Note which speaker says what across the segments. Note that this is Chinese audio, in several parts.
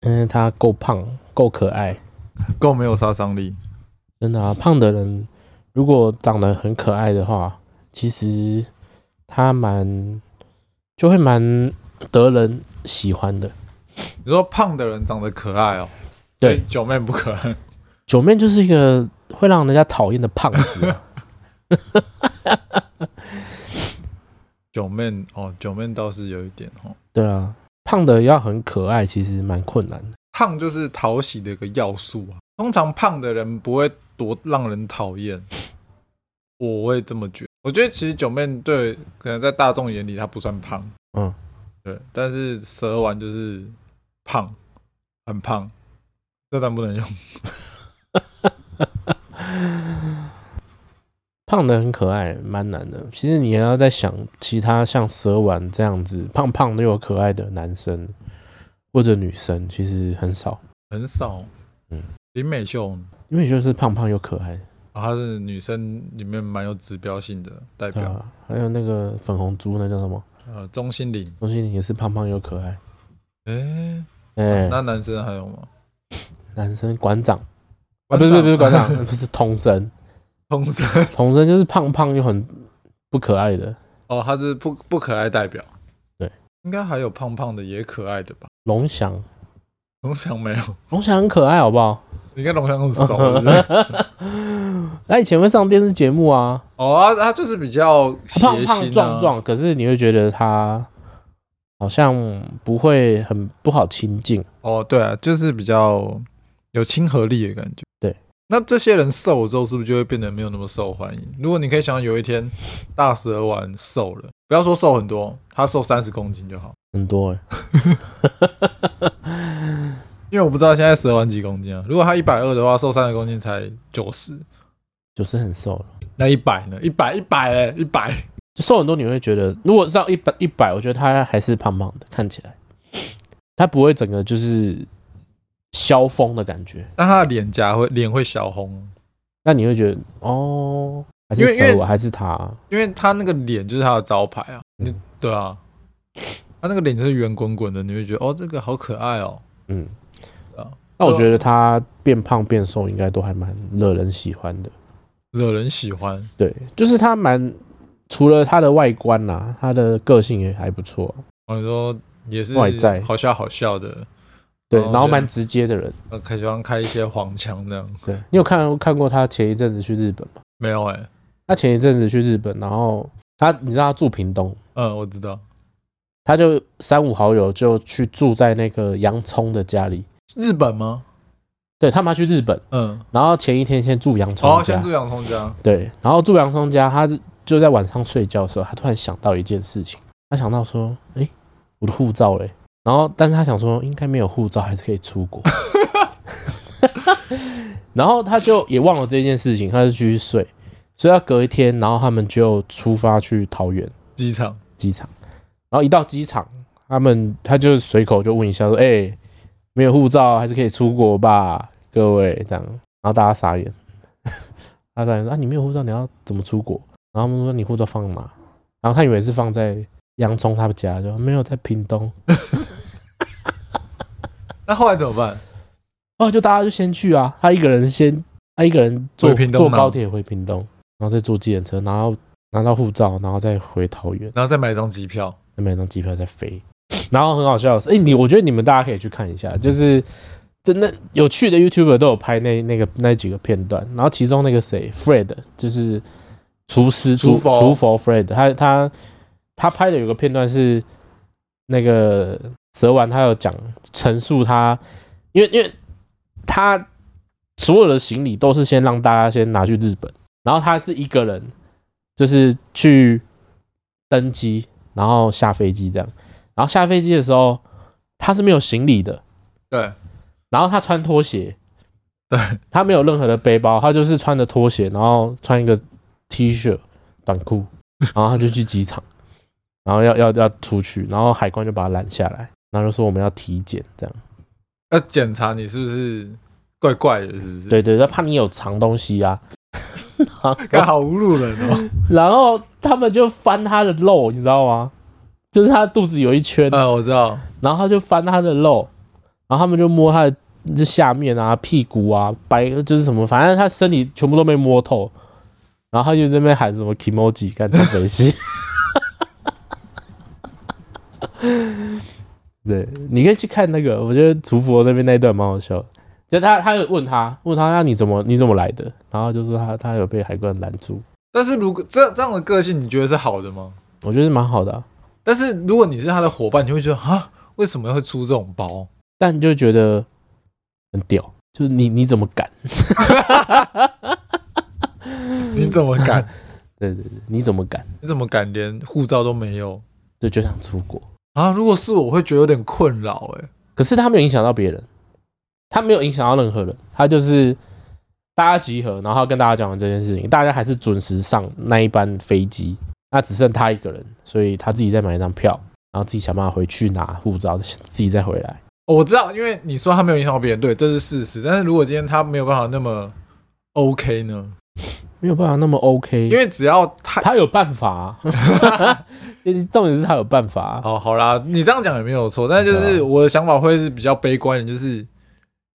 Speaker 1: 因为嗯他够胖，够可爱，
Speaker 2: 够没有杀伤力。
Speaker 1: 真的啊。胖的人如果长得很可爱的话，其实他蛮就会蛮得人喜欢的。
Speaker 2: 你说胖的人长得可爱哦，
Speaker 1: 对，
Speaker 2: 九妹不可爱，
Speaker 1: 九妹就是一个会让人家讨厌的胖子啊、
Speaker 2: 九妹哦，九妹倒是有一点哦，
Speaker 1: 对啊，胖的要很可爱，其实蛮困难的。
Speaker 2: 胖就是讨喜的一个要素啊。通常胖的人不会多让人讨厌，我会这么觉得。我觉得其实九妹对可能在大众眼里她不算胖，
Speaker 1: 嗯，
Speaker 2: 对，但是蛇丸就是胖，很胖，这段不能用。
Speaker 1: 胖的很可爱，蛮难的。其实你也要在想其他像蛇丸这样子胖胖的又可爱的男生或者女生，其实很少，
Speaker 2: 很少。
Speaker 1: 嗯
Speaker 2: 林美秀
Speaker 1: 因为就是胖胖又可爱，
Speaker 2: 啊，她是女生里面蛮有指标性的代
Speaker 1: 对
Speaker 2: 表。
Speaker 1: 啊？还有那个粉红猪，那叫什么？
Speaker 2: 呃，钟欣凌，
Speaker 1: 钟欣凌也是胖胖又可爱。
Speaker 2: 哎、
Speaker 1: 哎、
Speaker 2: 那男生还有吗？
Speaker 1: 男生馆长啊，
Speaker 2: 馆
Speaker 1: 不是不
Speaker 2: 长
Speaker 1: 是不是馆长， 不是童神，
Speaker 2: 童声
Speaker 1: 童神就是胖胖又很不可爱的。
Speaker 2: 哦，他是不不可爱代表。
Speaker 1: 对，
Speaker 2: 应该还有胖胖的也可爱的吧？
Speaker 1: 龙翔，
Speaker 2: 龙翔没 有，
Speaker 1: 龙翔很可爱，好不好？
Speaker 2: 你跟龙翔很熟是不是
Speaker 1: 他以前会上电视节目啊，
Speaker 2: 哦，啊他就是比较邪心、啊、
Speaker 1: 胖胖壮，壮，可是你会觉得他好像不会很不好亲近。
Speaker 2: 哦，对啊，就是比较有亲和力的感觉。
Speaker 1: 对，
Speaker 2: 那这些人瘦了之后，是不是就会变得没有那么受欢迎？如果你可以想象有一天大蛇丸瘦了，不要说瘦很多，他瘦三十公斤就好。
Speaker 1: 很多、欸，
Speaker 2: 因为我不知道现在蛇丸几公斤啊。如果他一百二的话，瘦三十公斤才九十，
Speaker 1: 就是很瘦了，
Speaker 2: 那一百呢？一百一百嘞，一百
Speaker 1: 就瘦很多，你会觉得如果到一百一百，我觉得他还是胖胖的，看起来他不会整个就是消风的感觉。
Speaker 2: 那他的脸颊会脸会小红，啊
Speaker 1: 那你会觉得哦，还
Speaker 2: 因
Speaker 1: 是
Speaker 2: 为因为
Speaker 1: 蛇我还是他、
Speaker 2: 因为他那个脸就是他的招牌啊。你对啊，他那个脸就是圆滚滚的，你会觉得哦，这个好可爱哦。
Speaker 1: 嗯
Speaker 2: 对啊，
Speaker 1: 那我觉得他变胖变瘦应该都还蛮惹人喜欢的。
Speaker 2: 惹人喜欢。
Speaker 1: 对，就是他蛮除了他的外观啦、他的个性也还不错。
Speaker 2: 哦，你说也是
Speaker 1: 外在
Speaker 2: 好笑好笑的，
Speaker 1: 对，
Speaker 2: 哦
Speaker 1: 然后
Speaker 2: 是
Speaker 1: 蛮直接的人。
Speaker 2: 呃，可喜欢开一些黄腔那样。
Speaker 1: 对你有看看过他前一阵子去日本吗？
Speaker 2: 没有哎、
Speaker 1: 他前一阵子去日本，然后他你知道他住屏东，
Speaker 2: 嗯，我知道。
Speaker 1: 他就三五好友就去住在那个洋葱的家里。
Speaker 2: 日本吗？
Speaker 1: 对他们要去日本，
Speaker 2: 嗯，
Speaker 1: 然后前一天先住洋葱
Speaker 2: 好、哦，
Speaker 1: 家，
Speaker 2: 先住洋葱家。
Speaker 1: 对，然后住洋葱家，他就在晚上睡觉的时候，他突然想到一件事情，他想到说，诶，我的护照嘞，然后但是他想说，应该没有护照还是可以出国， 然后他就也忘了这件事情，他就继续睡，所以他隔一天，然后他们就出发去桃园
Speaker 2: 机场
Speaker 1: 机场，然后一到机场，他们他就随口就问一下说，诶，没有护照还是可以出国吧，各位这样，然后大家傻眼。 他在说啊，你没有护照，你要怎么出国？然后他们说你护照放哪？然后他以为是放在洋葱他们家，就没有在屏东。
Speaker 2: 那后来怎么办？
Speaker 1: 哦，就大家就先去啊，他一个人先，他一个人坐
Speaker 2: 回屏东
Speaker 1: 坐
Speaker 2: 吗
Speaker 1: 高铁回屏东，然后再坐计程车，然后拿到护照，然后再回桃园，
Speaker 2: 然后再买一张机票。
Speaker 1: 再买张机票再飞。 然后很好笑的是，哎、你我觉得你们大家可以去看一
Speaker 2: 嗯
Speaker 1: 下，就是真的有趣的 YouTuber 都有拍那那个那几个片段。然后其中那个谁 Fred 就是厨师
Speaker 2: 厨
Speaker 1: 厨
Speaker 2: 佛
Speaker 1: 厨佛 Fred，他他他拍的有个片段是那个蛇丸，他有讲陈述他，因为因为他所有的行李都是先让大家先拿去日本，然后他是一个人，就是去登机，然后下飞机这样，然后下飞机的时候他是没有行李的，
Speaker 2: 对
Speaker 1: 然后他穿拖鞋，
Speaker 2: 对，
Speaker 1: 他没有任何的背包，他就是穿着拖鞋，然后穿一个 T 恤、短裤，然后他就去机场，然后要要要出去，然后海关就把他拦下来，然后就说我们要体检这样，
Speaker 2: 要检查你是不是怪怪的，是不是？，
Speaker 1: 对对，他怕你有藏东西啊，然后
Speaker 2: 好侮辱人哦。
Speaker 1: 然后他们就翻他的肉，你知道吗？就是他肚子有一圈，
Speaker 2: 呃，我知道，
Speaker 1: 然后他就翻他的肉，然后他们就摸他的这下面啊、屁股啊、白就是什么，反正他身体全部都被摸透，然后他就在那边喊什么 “emoji”，干真北西。 对，你可以去看那个，我觉得厨佛那边那一段蛮好笑的。就他，他有问他，问他那你怎么你怎么来的？然后就说他他有被海关拦住，
Speaker 2: 但是如果这这样的个性，你觉得是好的吗？
Speaker 1: 我觉得蛮好的啊、
Speaker 2: 但是如果你是他的伙伴，你会觉得啊，为什么会出这种包？
Speaker 1: 但就觉得很屌，就是你你怎么敢？
Speaker 2: 你怎么敢？
Speaker 1: 对对对，你怎么敢？
Speaker 2: 你怎么敢连护照都没有
Speaker 1: 就就想出国，
Speaker 2: 啊？如果是我，我会觉得有点困扰、欸。哎，
Speaker 1: 可是他没有影响到别人，他没有影响到任何人，他就是大家集合，然后跟大家讲完这件事情，大家还是准时上那一班飞机，那只剩他一个人，所以他自己再买一张票，然后自己想办法回去拿护照，自己再回来。
Speaker 2: 哦我知道，因为你说他没有影响到别人，对，这是事实。但是如果今天他没有办法那么 OK 呢？
Speaker 1: 没有办法那么 OK，
Speaker 2: 因为只要他，
Speaker 1: 他有办法、啊， 重点是他有办法啊、
Speaker 2: 哦好好啦，你这样讲也没有错，但是就是
Speaker 1: 对啊
Speaker 2: 我的想法会是比较悲观的，就是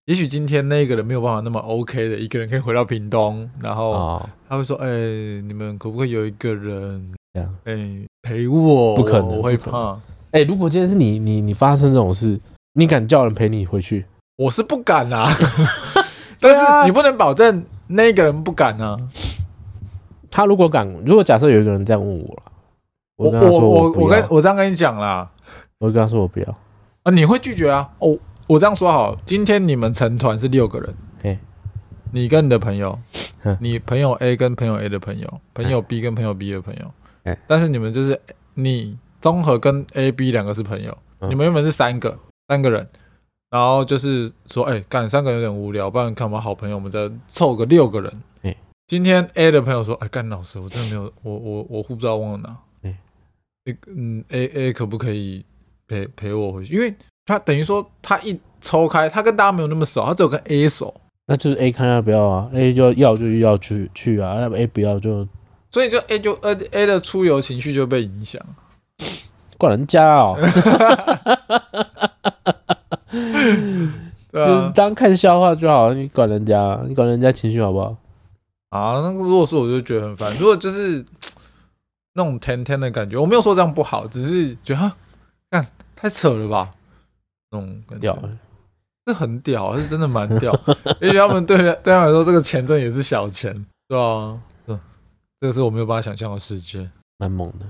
Speaker 2: 也许今天那个人没有办法那么 OK 的，一个人可以回到屏东，然后
Speaker 1: 哦
Speaker 2: 他会说：“哎、你们可不可以有一个人，
Speaker 1: 这样。
Speaker 2: 哎、陪我？
Speaker 1: 不可能
Speaker 2: 我会
Speaker 1: 不可能
Speaker 2: 怕，
Speaker 1: 哎、如果今天是你，你你发生这种事，你敢叫人陪你回去？
Speaker 2: 我是不敢 啦、但
Speaker 1: 对啊
Speaker 2: 是你不能保证那个人不敢啊。
Speaker 1: 他如果敢，如果假设有一个人这样问我了，
Speaker 2: 我
Speaker 1: 我跟他说
Speaker 2: 我
Speaker 1: 不
Speaker 2: 跟
Speaker 1: 要，
Speaker 2: 我这样跟你讲啦，
Speaker 1: 我会跟他说我不要。
Speaker 2: 啊，你会拒绝啊？哦，我这样说好，今天你们成团是六个人，
Speaker 1: 嘿
Speaker 2: 你跟你的朋 友
Speaker 1: 嗯，
Speaker 2: 你朋友 A 跟朋友 A 的朋友，朋友 B 跟朋友 B 的朋友
Speaker 1: 哎，
Speaker 2: 但是你们就是你综合跟 A、B 两个是朋友，
Speaker 1: 嗯
Speaker 2: 你们原本是三个三个人，然后就是说，哎，干三个人有点无聊，不然看我们好朋友，我们再凑个六个人
Speaker 1: 哎。
Speaker 2: 今天 A 的朋友说，哎，干老师，我真的没有，我我我护照忘了拿
Speaker 1: 哎。
Speaker 2: 那个嗯，A A 可不可以陪陪我回去？因为他等于说他一抽开，他跟大家没有那么熟，他只有跟 A 熟。
Speaker 1: 那就是 A 看要不要啊，A 就要就要去去啊，要不 A 不要就
Speaker 2: 所以就 A 就 A A 的出游情绪就被影响。
Speaker 1: 怪人 家哦，
Speaker 2: 对
Speaker 1: 就是
Speaker 2: 啊，
Speaker 1: 当看笑话就好，你管人家，你管人家情绪好不好？
Speaker 2: 啊，那个如果说我就觉得很烦，如果就是那种甜甜的感觉，我没有说这样不好，只是觉得哈，看太扯了吧，那种感
Speaker 1: 掉
Speaker 2: 觉，这很屌，是真的蛮屌。也许他们对对他们来说，这个钱真的也是小钱，对啊，嗯，这个是我没有办法想象的世界。
Speaker 1: 蛮猛的。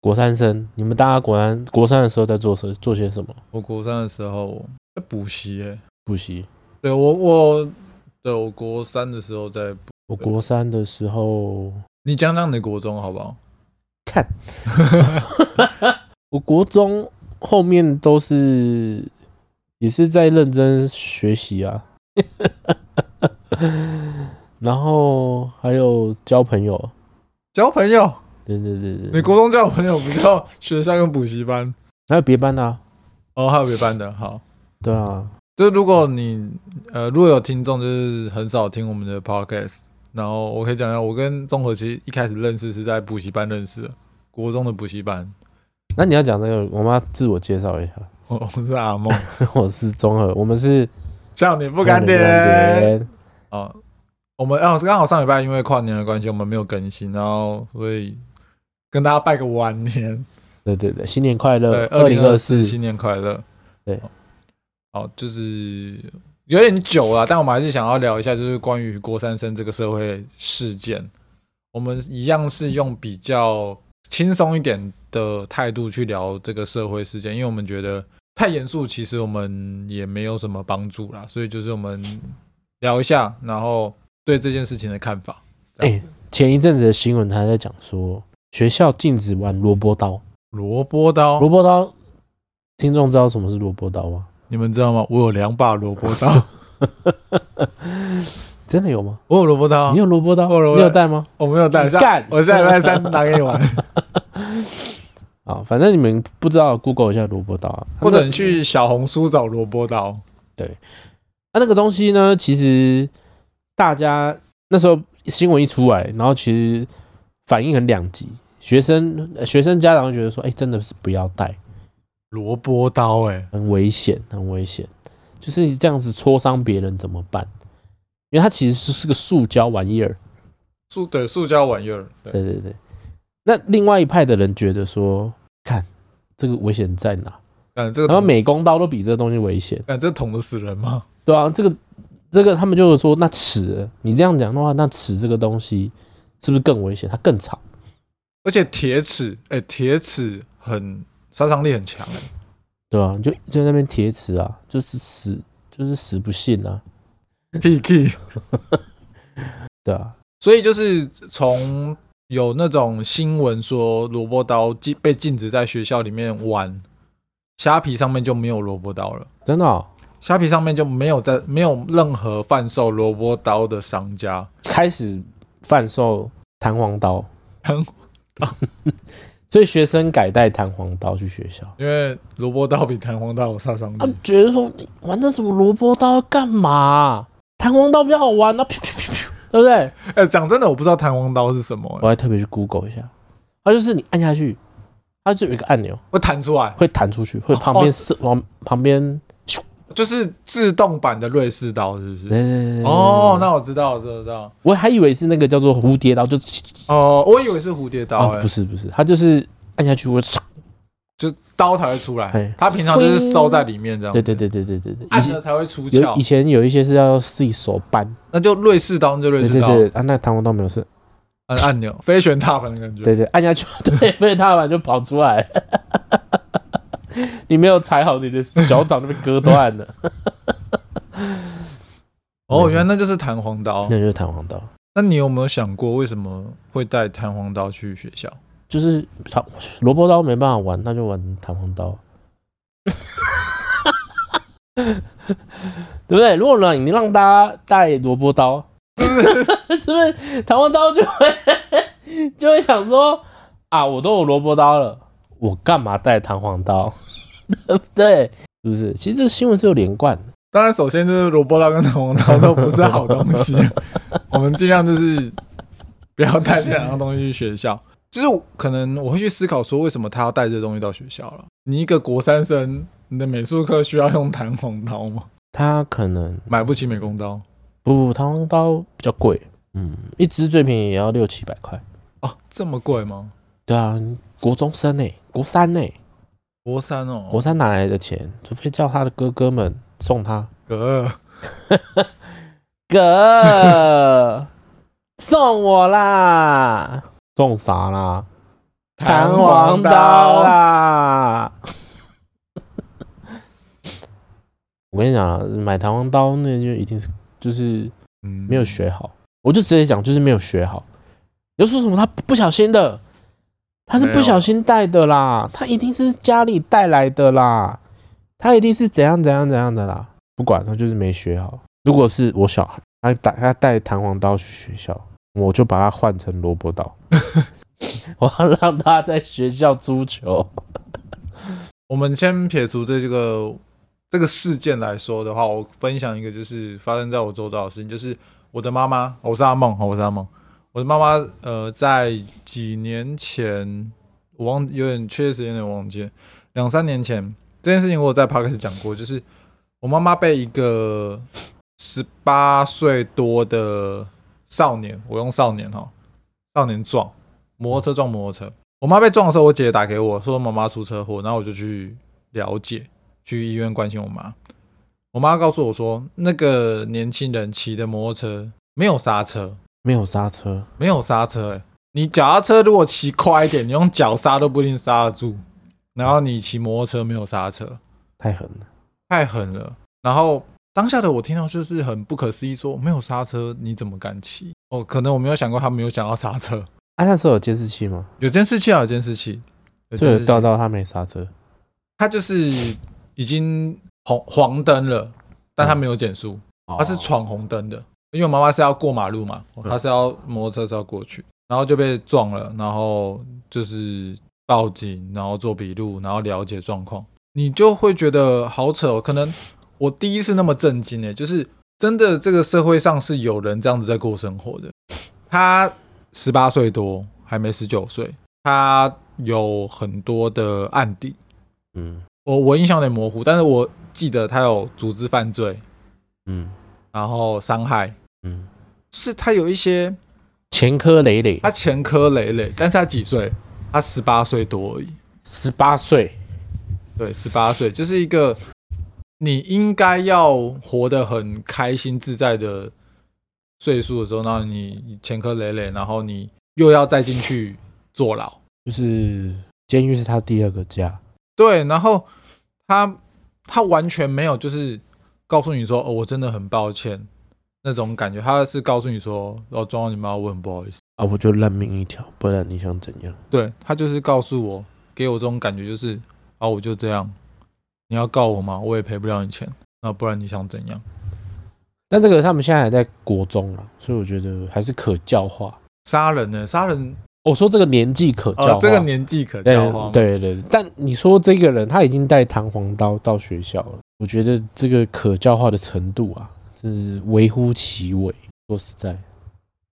Speaker 1: 国三生，你们大家国三国三的时候在做什做些什么？
Speaker 2: 我国三的时候在补习、欸，
Speaker 1: 补习。
Speaker 2: 对我我对我国三的时候在补，
Speaker 1: 我国三的时候
Speaker 2: 你讲讲你的国中好不好？
Speaker 1: 看，我国中后面都是也是在认真学习啊， 然后还有交朋友，
Speaker 2: 交朋友。
Speaker 1: 对对对
Speaker 2: 你
Speaker 1: 对，
Speaker 2: 国中交的朋友不叫学校跟补习班
Speaker 1: 还有别班的、啊，
Speaker 2: 哦，还有别班的。好，
Speaker 1: 对啊，
Speaker 2: 就是如果你呃，如果有听众就是很少听我们的 podcast，然后我可以讲一下，我跟综合其实一开始认识是在补习班认识的，国中的补习班。
Speaker 1: 那你要讲这个，我们要自我介绍一下，
Speaker 2: 我我是阿梦，
Speaker 1: 我是综合，我们是
Speaker 2: 笑你不
Speaker 1: 不
Speaker 2: 敢点。哦，我们啊，刚好上礼拜因为跨年的关系，我们没有更新，然后所以跟大家拜个晚年。
Speaker 1: 对对对，新年快
Speaker 2: 对
Speaker 1: 乐，，
Speaker 2: 二
Speaker 1: 零
Speaker 2: 零
Speaker 1: 二
Speaker 2: 二
Speaker 1: 四
Speaker 2: 四，新年快乐。
Speaker 1: 对
Speaker 2: 好，好，就是有点久了，但我们还是想要聊一下，就是关于郭三生这个社会事件。我们一样是用比较轻松一点的态度去聊这个社会事件，因为我们觉得太严肃，其实我们也没有什么帮助啦。所以就是我们聊一下，然后对这件事情的看法。这样子，
Speaker 1: 前一阵子的新闻还在讲说学校禁止玩萝卜刀。
Speaker 2: 萝卜刀
Speaker 1: 萝，卜刀，听众知道什么是萝卜刀吗？
Speaker 2: 你们知道吗？我有两把萝卜刀，
Speaker 1: 真的有吗？
Speaker 2: 我有萝卜刀啊。
Speaker 1: 你有萝卜刀？
Speaker 2: 我有萝卜
Speaker 1: 你有带吗？
Speaker 2: 我没有带
Speaker 1: 你
Speaker 2: 下，
Speaker 1: 干
Speaker 2: 我下礼拜 三拿给你玩，
Speaker 1: 啊，反正你们不知道，Google 一下萝卜刀啊。
Speaker 2: 或者你去小红书找萝卜刀。
Speaker 1: 那那个东西呢，其实大家那时候新闻一出来，然后其实反应很两极，学生呃学生家长会觉得说，哎、真的是不要带，
Speaker 2: 萝卜刀、欸，
Speaker 1: 很危险，很危险。就是你这样子戳伤别人怎么办？因为它其实是是个塑胶玩意儿。
Speaker 2: 塑对塑胶玩意儿，对，
Speaker 1: 对对对。那另外一派的人觉得说，看这个危险在哪？
Speaker 2: 但这个
Speaker 1: 然后
Speaker 2: 捅，
Speaker 1: 美工刀都比这个东西危险，
Speaker 2: 但这捅得死人吗？
Speaker 1: 对啊，这个这个他们就是说，那尺，你这样讲的话，那尺这个东西是不是更危险？它更长。
Speaker 2: 而且铁齿，哎、铁齿很杀伤力很强、欸，
Speaker 1: 对啊，你就就在那边铁齿啊，就是死，就是死不信啊，
Speaker 2: T K。
Speaker 1: 对啊，
Speaker 2: 所以就是从有那种新闻说萝卜刀禁被禁止在学校里面玩，虾皮上面就没有萝卜刀了，
Speaker 1: 真的哦、
Speaker 2: 虾皮上面就没有在没有任何贩售萝卜刀的商家。
Speaker 1: 开始贩售弹簧刀，
Speaker 2: 弹簧
Speaker 1: 刀， 所以学生改带弹簧刀去学校。
Speaker 2: 因为萝卜刀比弹簧刀有杀伤
Speaker 1: 他
Speaker 2: 力
Speaker 1: 们，啊觉得说你玩那什么萝卜刀要干嘛、弹簧刀比较好玩啊， 噗噗噗噗，对不对？
Speaker 2: 哎、讲真的，我不知道弹簧刀是什么、欸
Speaker 1: 我还特别去 Google 一下，它就是你按下去，它就有一个按钮
Speaker 2: 会弹出来，
Speaker 1: 会弹出去，会旁边射往旁边，
Speaker 2: 就是自动版的瑞士刀，是不是？
Speaker 1: 对
Speaker 2: 哦，，那我知道，我知道。
Speaker 1: 我还以为是那个叫做蝴蝶刀，就
Speaker 2: 哦，我以为是蝴蝶刀、
Speaker 1: 啊
Speaker 2: 欸，
Speaker 1: 不是不是，它就是按下去会，
Speaker 2: 就刀才会出
Speaker 1: 哎
Speaker 2: 来。它平常就是收在里面这样，
Speaker 1: 对对对对对对对，以
Speaker 2: 按
Speaker 1: 前
Speaker 2: 了才会出
Speaker 1: 有
Speaker 2: 鞘
Speaker 1: 以。前有一些是要自己手扳，
Speaker 2: 那就瑞士刀就瑞
Speaker 1: 对
Speaker 2: 士
Speaker 1: 对
Speaker 2: 刀，
Speaker 1: 对啊，那个弹簧刀没有事，
Speaker 2: 按按钮飞旋踏板的感觉。
Speaker 1: 对对，按下去，对，飞踏板就跑出来。你没有踩好，你的脚掌就被割断了。
Speaker 2: 哦，原来那就是弹簧刀。
Speaker 1: 那就是弹簧刀，
Speaker 2: 那你有没有想过为什么会带弹簧刀去学校？
Speaker 1: 就是长萝卜刀没办法玩，那就玩弹簧刀，对不对？如果呢，你让大家带萝卜刀，是不是弹簧刀就会就会想说啊，我都有萝卜刀了，我干嘛带弹簧刀？ 对不对？是不是？其实这个新闻是有连贯的。
Speaker 2: 当然，首先就是萝卜刀跟弹簧刀都不是好东 西，我们尽量就是不要带这两样东西去学校。就是可能我会去思考说，为什么他要带这东西到学校了？你一个国三生，你的美术课需要用弹簧刀吗？
Speaker 1: 它可能
Speaker 2: 买不起美工刀
Speaker 1: 不，弹簧刀比较贵，嗯，一支最便宜也要六七百块。
Speaker 2: 哦，这么贵吗？
Speaker 1: 对啊，国中生呢、国三欸呢、
Speaker 2: 国三哦，
Speaker 1: 国三哪来的钱？除非叫他的哥哥们送他
Speaker 2: 哥，
Speaker 1: 哥 送我啦，送啥啦？弹簧刀啊啦！ 我跟你讲啊，买弹簧刀那就一定是就是
Speaker 2: 嗯
Speaker 1: 没有学好，我就直接讲就是没有学好。你就说什么他不小心的，他是
Speaker 2: 没有
Speaker 1: 不小心带的啦，他一定是家里带来的啦，他一定是怎样怎样怎样的啦，不管他就是没学好。如果是我小孩，他带他带弹簧刀去学校，我就把它换成萝 卜刀，我要让他在学校足球。
Speaker 2: 我们先撇除这个这个事件来说的话，我分享一个就是发生在我周遭的事情，就是我的妈妈，我是阿梦，我是阿梦，我的妈妈，呃，在几年前，我忘有点确实有点忘记了，两三年前这件事情，我有在 p o d c a s 讲过，就是我妈妈被一个十八岁多的少年，我用少年哈，少年撞，摩托车撞摩托车，我妈被撞的时候，我姐姐打给我说妈妈出车祸，然后我就去了解，去医院关心我妈。我妈告诉我说，那个年轻人骑的摩托车没有刹车，
Speaker 1: 没有刹车，
Speaker 2: 没有刹车、欸。你脚踏车如果骑快一点，你用脚刹都不一定刹得住。然后你骑摩托车没有刹车，
Speaker 1: 太狠了。
Speaker 2: 太狠了。然后当下的我听到就是很不可思议说没有刹车你怎么敢骑？哦，可能我没有想过他没有想到刹车。
Speaker 1: 啊，那时候有监视器吗？
Speaker 2: 有监视器啊，有监视器，有
Speaker 1: 就
Speaker 2: 监
Speaker 1: 有
Speaker 2: 视器
Speaker 1: 调到他没刹车。
Speaker 2: 他就是已经红黄灯了，但他没有减速，他是
Speaker 1: 哦
Speaker 2: 闯红灯的。因为我妈妈是要过马路嘛，她是要摩托车是要过去，然后就被撞了，然后就是报警，然后做笔录，然后了解状况，你就会觉得好扯、哦。可能我第一次那么震惊诶、就是真的这个社会上是有人这样子在过生活的。他十八岁多，还没十九岁，他有很多的案底，
Speaker 1: 嗯
Speaker 2: 我我印象有点模糊，但是我记得他有组织犯罪，
Speaker 1: 嗯
Speaker 2: 然后伤害，
Speaker 1: 嗯，
Speaker 2: 是他有一些
Speaker 1: 前科累累
Speaker 2: 他，前科累累，但是他几岁？他十八岁多而已，
Speaker 1: 十八岁，
Speaker 2: 对，十八岁就是一个你应该要活得很开心自在的岁数的时候，然后你前科累累，然后你又要再进去坐牢，
Speaker 1: 就是监狱是他第二个家。
Speaker 2: 对，然后他他完全没有就是告诉你说哦，我真的很抱歉那种感觉，他是告诉你说哦，庄到你妈，我很不好意思。
Speaker 1: 啊，我就烂命一条，不然你想怎样？
Speaker 2: 对他就是告诉我，给我这种感觉就是啊、我就这样，你要告我吗？我也赔不了你钱，那不然你想怎样？
Speaker 1: 但这个他们现在还在国中啊，所以我觉得还是可教化。
Speaker 2: 杀人呢？杀人
Speaker 1: 我说这个年纪可教化，
Speaker 2: 哦，这个年纪可教化吗？
Speaker 1: 对对对，但你说这个人他已经带弹簧刀到学校了，我觉得这个可教化的程度啊，真是微乎其微。说实在，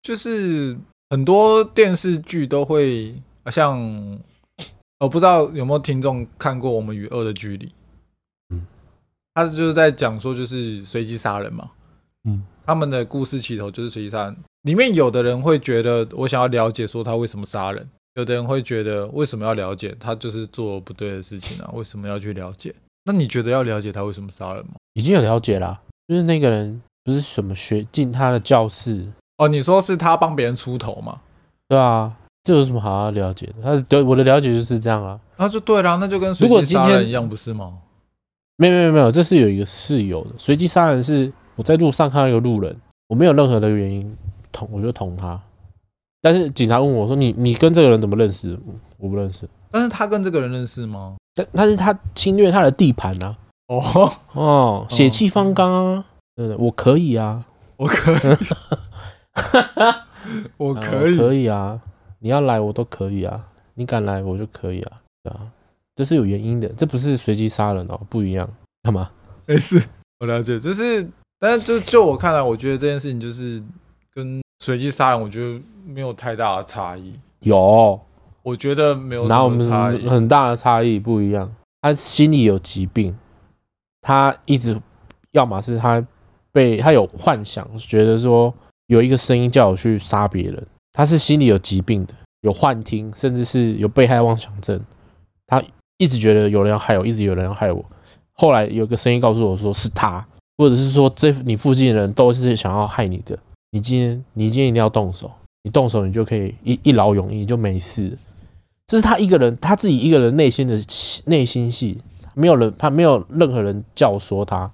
Speaker 2: 就是很多电视剧都会啊像，我不知道有没有听众看过《我们与恶的距离》。
Speaker 1: 嗯，
Speaker 2: 他就是在讲说，就是随机杀人嘛。
Speaker 1: 嗯，
Speaker 2: 他们的故事起头就是随机杀人，里面有的人会觉得我想要了解说他为什么杀人，有的人会觉得为什么要了解他就是做不对的事情啊，为什么要去了解？那你觉得要了解他为什么杀人吗？
Speaker 1: 已经有了解啦，就是那个人不是什么学进他的教室，
Speaker 2: 哦，你说是他帮别人出头嘛？
Speaker 1: 对啊，这有什么好要了解的？他对我的了解就是这样啊。
Speaker 2: 那就对啦，那就跟随
Speaker 1: 如果
Speaker 2: 机
Speaker 1: 今
Speaker 2: 杀
Speaker 1: 天
Speaker 2: 人一样，不是吗？
Speaker 1: 没有没有没有，这是有一个室友的随机杀人，是我在路上看到一个路人，我没有任何的原因捅，我就捅他。但是警察问我说：“你你跟这个人怎么认识？”我我不认识。
Speaker 2: 但是他跟这个人认识吗？
Speaker 1: 但但是他侵略他的地盘啊，
Speaker 2: 哦，
Speaker 1: 哦，血气方刚啊，对对，我可以啊，
Speaker 2: 我可以， 我
Speaker 1: 啊
Speaker 2: 可以，
Speaker 1: 可以啊，你要来我都可以啊，你敢来我就可以啊，对啊，这是有原因的，这不是随机杀人哦，不一样，干嘛？
Speaker 2: 没事，我了解。就是，但是就就我看来，我觉得这件事情就是跟随机杀人，我觉得没有太大的差异。
Speaker 1: 有，
Speaker 2: 我觉得没有什
Speaker 1: 然后我
Speaker 2: 么差
Speaker 1: 们
Speaker 2: 异。
Speaker 1: 很大的差异不一样，他心里有疾病，他一直要么是他被他有幻想，觉得说有一个声音叫我去杀别人，他是心里有疾病的，有幻听，甚至是有被害妄想症，他一直觉得有人要害我，一直有人要害我。后来有个声音告诉我说是他，或者是说这你附近的人都是想要害你的，你今天你今天一定要动手，你动手你就可以一一劳永逸，你就没事了。这是他一个人，他自己一个人内心的戏内心戏，没有人，他没有任何人教唆他，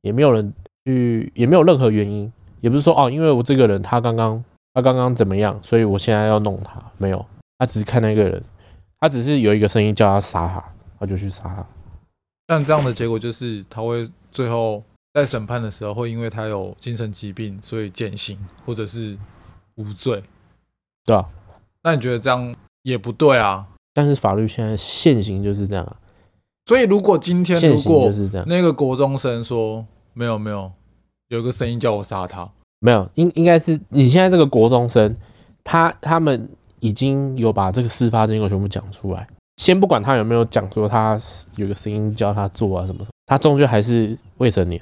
Speaker 1: 也没有人去，也没有任何原因，也不是说哦，因为我这个人他刚刚他刚刚怎么样，所以我现在要弄他，没有，他只是看那个人，他只是有一个声音叫他杀他，他就去杀他，
Speaker 2: 但这样的结果就是，他会最后在审判的时候，会因为他有精神疾病，所以减刑或者是无罪。
Speaker 1: 对啊，
Speaker 2: 那你觉得这样也不对啊？
Speaker 1: 但是法律现在现行就是这样啊，
Speaker 2: 所以如果今天
Speaker 1: 现
Speaker 2: 如
Speaker 1: 行
Speaker 2: 果
Speaker 1: 就是这样，
Speaker 2: 那个国中生说：“没有没有，有一个声音叫我杀他。
Speaker 1: 没有，应应该是你现在这个国中生，他他们已经有把这个事发经过全部讲出来。先不管他有没有讲说他有个声音叫他做啊什么什么，他终究还是未成年，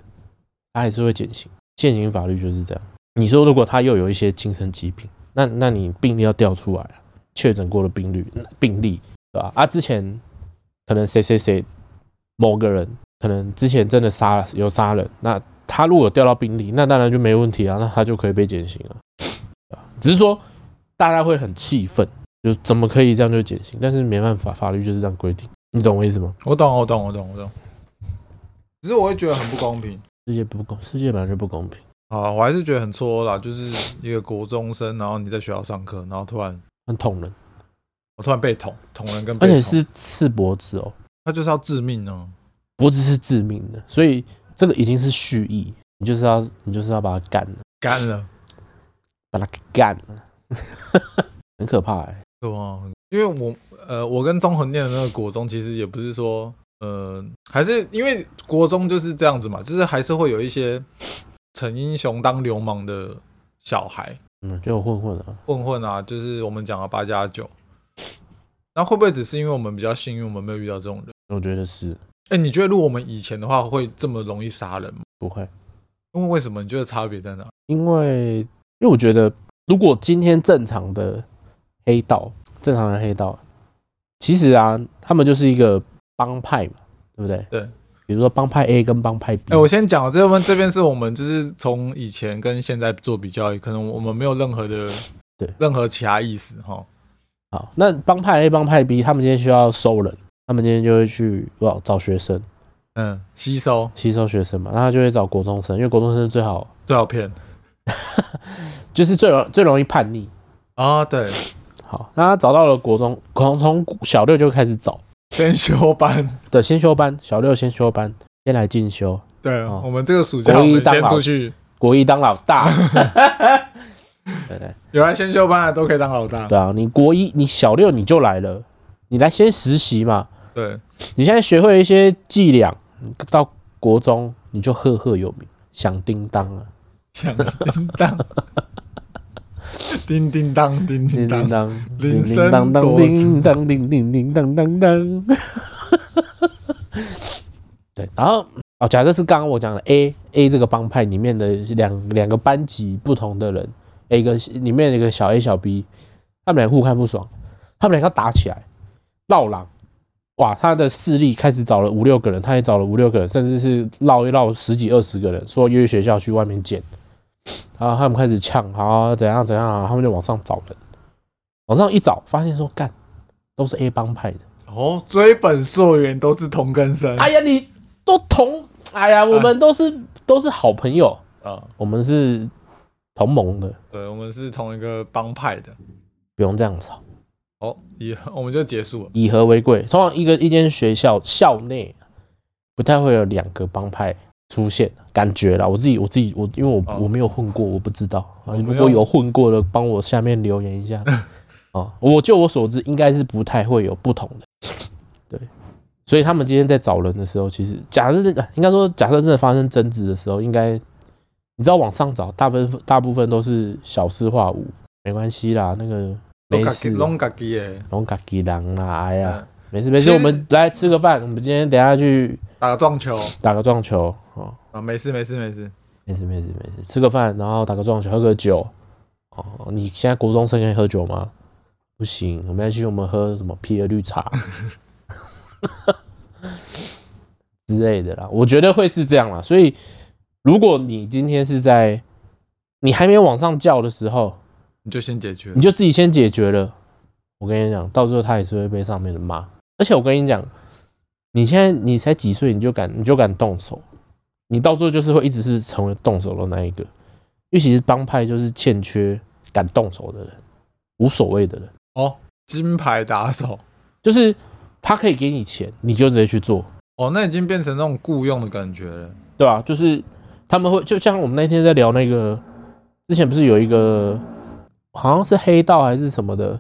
Speaker 1: 他还是会减刑。现行法律就是这样。你说如果他又有一些精神疾病，那那你病例要调出来啊，确诊过的病例病例对吧、啊？之前可能谁谁谁某个人可能之前真的杀了有杀人，那他如果调到病例，那当然就没问题啊，那他就可以被减刑了。对吧只是说大家会很气愤，就怎么可以这样就减刑？但是没办法，法律就是这样规定，你懂我意思吗？”
Speaker 2: 我懂，我懂，我懂，我懂。只是我会觉得很不公平。
Speaker 1: 世界不公，世界本来就不公平。
Speaker 2: 啊，我还是觉得很错愕啦，就是一个国中生，然后你在学校上课，然后突然
Speaker 1: 很捅人，
Speaker 2: 我突然被捅，捅人跟被
Speaker 1: 而
Speaker 2: 捅
Speaker 1: 且是刺脖子哦，
Speaker 2: 他就是要致命哦呢、
Speaker 1: 脖子是致命的，所以这个已经是蓄意，你就是要你就是要把他干了，
Speaker 2: 干了，
Speaker 1: 把他给干了， 很可怕哎、
Speaker 2: 对吧？因为我呃，我跟中恒念的那个国中，其实也不是说呃，还是因为国中就是这样子嘛，就是还是会有一些逞英雄当流氓的小孩，
Speaker 1: 嗯，就混混啊，
Speaker 2: 混混啊，就是我们讲的八加九。那会不会只是因为我们比较幸运，我们没有遇到这种人？
Speaker 1: 我觉得是
Speaker 2: 哎、你觉得如果我们以前的话，会这么容易杀人吗？
Speaker 1: 不会，啊
Speaker 2: 因为为什么？你觉得差别在哪？
Speaker 1: 因为因为我觉得，如果今天正常的黑道，正常的黑道，其实啊，他们就是一个帮派嘛，对不对？
Speaker 2: 对。
Speaker 1: 比如说帮派 A 跟帮派 B，、
Speaker 2: 哎、我先讲，这边这边是我们就是从以前跟现在做比较，可能我们没有任何的
Speaker 1: 对
Speaker 2: 任何其他意思哈。
Speaker 1: 好，那帮派 A、帮派 B，他们今天需要收人，他们今天就会去哇找学生，
Speaker 2: 嗯，吸收
Speaker 1: 吸收学生嘛，那他就会找国中生，因为国中生最好
Speaker 2: 最好骗
Speaker 1: 就是最容最容易叛逆。
Speaker 2: 啊，对，
Speaker 1: 好，那他找到了国中，从从小六就开始找，
Speaker 2: 先修班，
Speaker 1: 对，先修班，小六先修班，先来进修，
Speaker 2: 对、
Speaker 1: 哦
Speaker 2: 我们这个暑假
Speaker 1: 国
Speaker 2: 我
Speaker 1: 一
Speaker 2: 们
Speaker 1: 当
Speaker 2: 先
Speaker 1: 老
Speaker 2: 出去，
Speaker 1: 国一当老大。对对
Speaker 2: 有来先修班啊的都可以当老大。
Speaker 1: 对啊，你国一你小六你就来了，你来先实习嘛，
Speaker 2: 对，
Speaker 1: 你现在学会一些伎俩，你到国中你就赫赫有名，响叮当了。
Speaker 2: 响叮当， 叮叮当，叮叮当
Speaker 1: 叮叮，当，
Speaker 2: 铃
Speaker 1: 叮
Speaker 2: 声
Speaker 1: 叮当当，
Speaker 2: 多
Speaker 1: 叮当叮叮叮当当当。对，然后哦，假设是刚刚我讲的 A A 这个帮派里面的两两个班级不同的人，A 跟里面有一个小 A 小 B，他们俩互看不爽，他们两个打起来，闹狼。哇，他的势力开始找了五六个人，他也找了五六个人，甚至是绕一绕十几二十个人，说约学校去外面见。然后他们开始呛，好、怎样怎样啊，他们就往上找人，往上一找，发现说干都是 A 帮派的。
Speaker 2: 哦，追本溯源都是同根生啊
Speaker 1: 哎呀，你都同，哎呀，我们都是、都是好朋友，、我们是同盟的，
Speaker 2: 啊对，我们是同一个帮派的。
Speaker 1: 不用这样吵，
Speaker 2: 哦，以后我们就结束了。
Speaker 1: 以和为贵。通常一个一间学校校内不太会有两个帮派出现，感觉啦，我自己我自己我因为我、
Speaker 2: 哦
Speaker 1: 我没有混过，我不知道啊。
Speaker 2: 们
Speaker 1: 如
Speaker 2: 要
Speaker 1: 果有混过的，帮我下面留言一下。哦，我就我所知，应该是不太会有不同的，对。所以他们今天在找人的时候，其实假设真的应该说，假设真的发生争执的时候，应该你知道往上找，大部分大部分都是小事化无，没关系啦，那个没事啦，
Speaker 2: 弄嘎吉耶，
Speaker 1: 龙嘎吉狼啦，哎呀
Speaker 2: 嗯，
Speaker 1: 没事没
Speaker 2: 其
Speaker 1: 事，
Speaker 2: 实
Speaker 1: 我们来吃个饭，我们今天等一下去
Speaker 2: 打个撞球
Speaker 1: 打个撞球哦，
Speaker 2: 啊，没事没事没事。
Speaker 1: 没事没事没事，吃个饭，然后打个撞球，喝个酒。哦，你现在国中生可以喝酒吗？不行，我们要去我们喝什么皮的绿茶 之类的啦。我觉得会是这样啦，所以如果你今天是在你还没往上叫的时候，
Speaker 2: 你就先解决
Speaker 1: 你。就自己先解决了。我跟你讲，到最后他也是会被上面的骂。而且我跟你讲，你现在你才几岁，你就敢你就敢动手，你到最后就是会一直是成为动手的那一个。因为其实帮派就是欠缺敢动手的人，无所谓的人，
Speaker 2: 金牌打手
Speaker 1: 就是他可以给你钱，你就直接去做，
Speaker 2: 哦，那已经变成那种雇佣的感觉了。
Speaker 1: 对吧、就是他们会就像我们那天在聊那个，之前不是有一个好像是黑道还是什么的，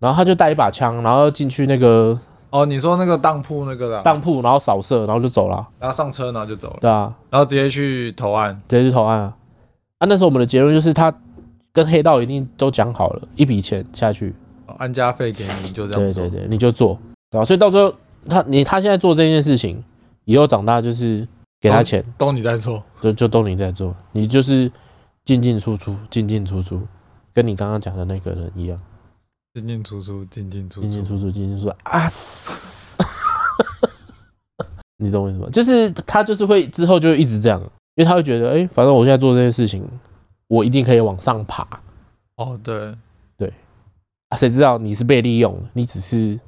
Speaker 1: 然后他就带一把枪，然后进去那个
Speaker 2: 哦，你说那个当铺那个啦，
Speaker 1: 当铺，然后扫射，然后就走了，啊
Speaker 2: 然后上车然后就走了，
Speaker 1: 对啊，
Speaker 2: 然后直接去投案。
Speaker 1: 直接去投案啊。啊，那时候我们的结论就是他跟黑道一定都讲好了，一笔钱下去，
Speaker 2: 哦安家费给你，就这样
Speaker 1: 对
Speaker 2: 做。
Speaker 1: 对对，你就做，对吧、啊所以到最后他你他现在做这件事情，以后长大就是给他钱，
Speaker 2: 都你在做，
Speaker 1: 就就都你在做，你就是进进出出，进进出出，跟你刚刚讲的那个人一样，
Speaker 2: 进进出出，进进出
Speaker 1: 进进
Speaker 2: 出。
Speaker 1: 出出，进进出出啊！嘶 你懂我意思吗？就是他就是会之后就一直这样，因为他会觉得，哎、反正我现在做这件事情，我一定可以往上爬
Speaker 2: 哦，对，
Speaker 1: 啊！谁知道你是被利用的，你只是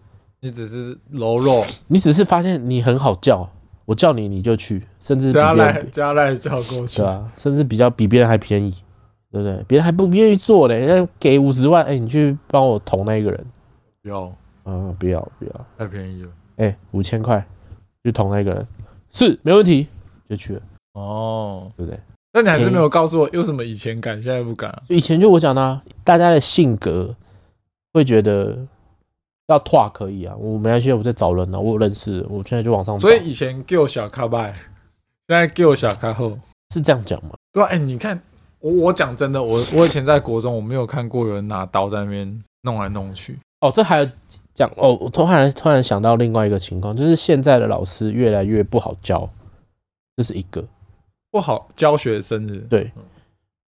Speaker 2: 你只是柔弱，
Speaker 1: 你只是发现你很好叫，我叫你你就去，甚至比
Speaker 2: 加
Speaker 1: 别
Speaker 2: 赖
Speaker 1: 人比
Speaker 2: 加赖叫过去
Speaker 1: 对。啊，甚至比较比别人还便宜，对不对？别人还不愿意做嘞，人家给五十万，哎、你去帮我投那一个人，
Speaker 2: 不要，
Speaker 1: 嗯，不要不要，
Speaker 2: 太便宜了。
Speaker 1: 哎、五千块去捅那个人，是没问题，就去了，
Speaker 2: 哦，
Speaker 1: 对不对？
Speaker 2: 那你还是
Speaker 1: 便宜
Speaker 2: 没有告诉我，为什么以前敢，现在不敢啊？
Speaker 1: 就以前就我讲的、啊，大家的性格会觉得要拓可以啊，我没关系，我在找人呢、啊，我有认识的，我现在就往上找，
Speaker 2: 所以以前 Gill 小咖拜，现在 Gill 小咖后，
Speaker 1: 是这样讲嘛？
Speaker 2: 对啊，哎、你看我我讲真的，我我以前在国中我没有看过有人拿刀在那边弄来弄去，
Speaker 1: 哦，这还有讲哦，我突然突然想到另外一个情况，就是现在的老师越来越不好教，这是一个。
Speaker 2: 不好教学生日
Speaker 1: 对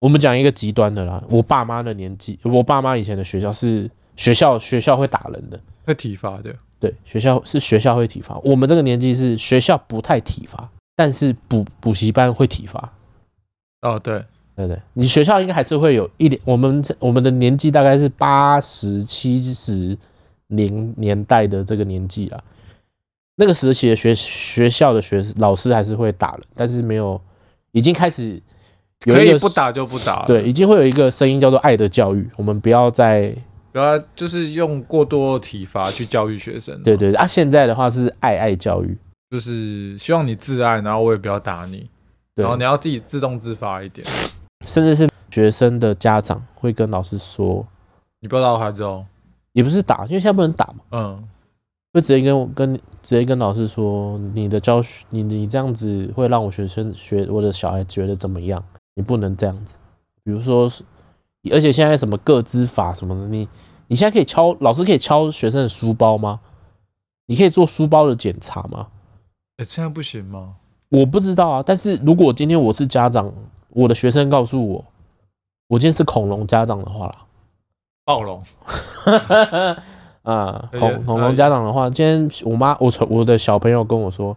Speaker 1: 我们讲一个极端的啦，我爸妈的年纪，我爸妈以前的学校是学校学校会打人的，
Speaker 2: 会体罚的，
Speaker 1: 对，学校是学校会体罚。我们这个年纪是学校不太体罚，但是补补习班会体罚，
Speaker 2: 哦，对，
Speaker 1: 对不对？你学校应该还是会有一点，我们这我们的年纪大概是八十七十零年代的这个年纪啦。那个时期的学学校的学老师还是会打人，但是没有已经开始有
Speaker 2: 可
Speaker 1: 一
Speaker 2: 以
Speaker 1: 个
Speaker 2: 不打就不打，
Speaker 1: 对，，已经会有一个声音叫做“爱的教育”，我们不要再
Speaker 2: 然后就是用过多的体罚去教育学生，
Speaker 1: 对，对对啊。现在的话是“爱爱教育
Speaker 2: 就是希望你自爱，然后我也不要打你，”，
Speaker 1: 对
Speaker 2: 然，后你要自己自动自发一点，
Speaker 1: 甚至是呃学生的家长会跟老师说，
Speaker 2: 你不要打我孩子哦，
Speaker 1: 也不是打，因为现在不能打嘛，
Speaker 2: 嗯，
Speaker 1: 会直接跟我跟直接跟老师说，你的教学你你这样子会让我学生学我的小孩觉得怎么样？你不能这样子。比如说，而且现在什么个资法什么的，你你现在可以敲老师可以敲学生的书包吗？你可以做书包的检查吗？
Speaker 2: 哎，现在不行吗？
Speaker 1: 我不知道啊，但是如果今天我是家长，我的学生告诉我，我今天是恐龙家长的话
Speaker 2: 暴龙，
Speaker 1: 啦， 啊，
Speaker 2: 而且
Speaker 1: 恐恐
Speaker 2: 而
Speaker 1: 龙
Speaker 2: 且
Speaker 1: 家长的话，今天我妈，我从我的小朋友跟我说，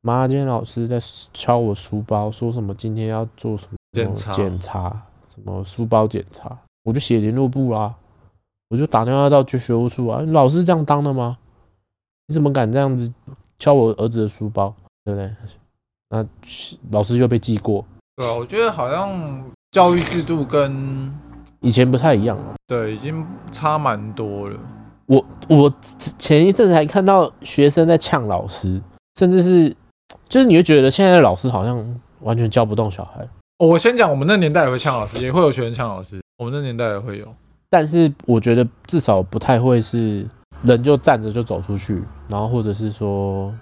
Speaker 1: 妈，今天老师在敲我书包，说什么今天要做什么
Speaker 2: 检查
Speaker 1: 检查，什么书包检查，我就写联络簿啦，我就打电话到学务处啊，老师这样当的吗？你怎么敢这样子敲我儿子的书包，对不对？那老师就被记过，
Speaker 2: 对啊，我觉得好像教育制度跟
Speaker 1: 以前不太一样。
Speaker 2: 对已经差蛮多了，
Speaker 1: 我我前一阵子还看到学生在呛老师，甚至是就是你会觉得现在的老师好像完全教不动小孩，
Speaker 2: 哦我先讲，我们那年代也会呛老师，也会有学生呛老师，我们那年代也会有，
Speaker 1: 但是我觉得至少不太会是人就站着就走出去，然后或者是说，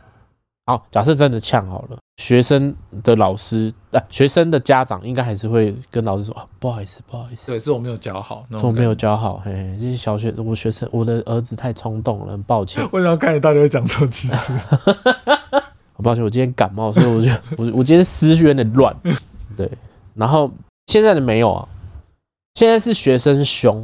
Speaker 1: 好，假设真的呛好了，学生的老师啊，学生的家长应该还是会跟老师说啊，不好意思，不好意思。
Speaker 2: 对，是我没有教好，那
Speaker 1: 说
Speaker 2: 种
Speaker 1: 没
Speaker 2: 感
Speaker 1: 有教好，嘿，嘿这些小学我学生我的儿子太冲动了，很抱歉。
Speaker 2: 觉，我想要看你到底会讲错几 次。
Speaker 1: 很抱歉，我今天感冒，所以我就我我今天思绪有点乱。对，然后现在的没有啊，现在是学生凶，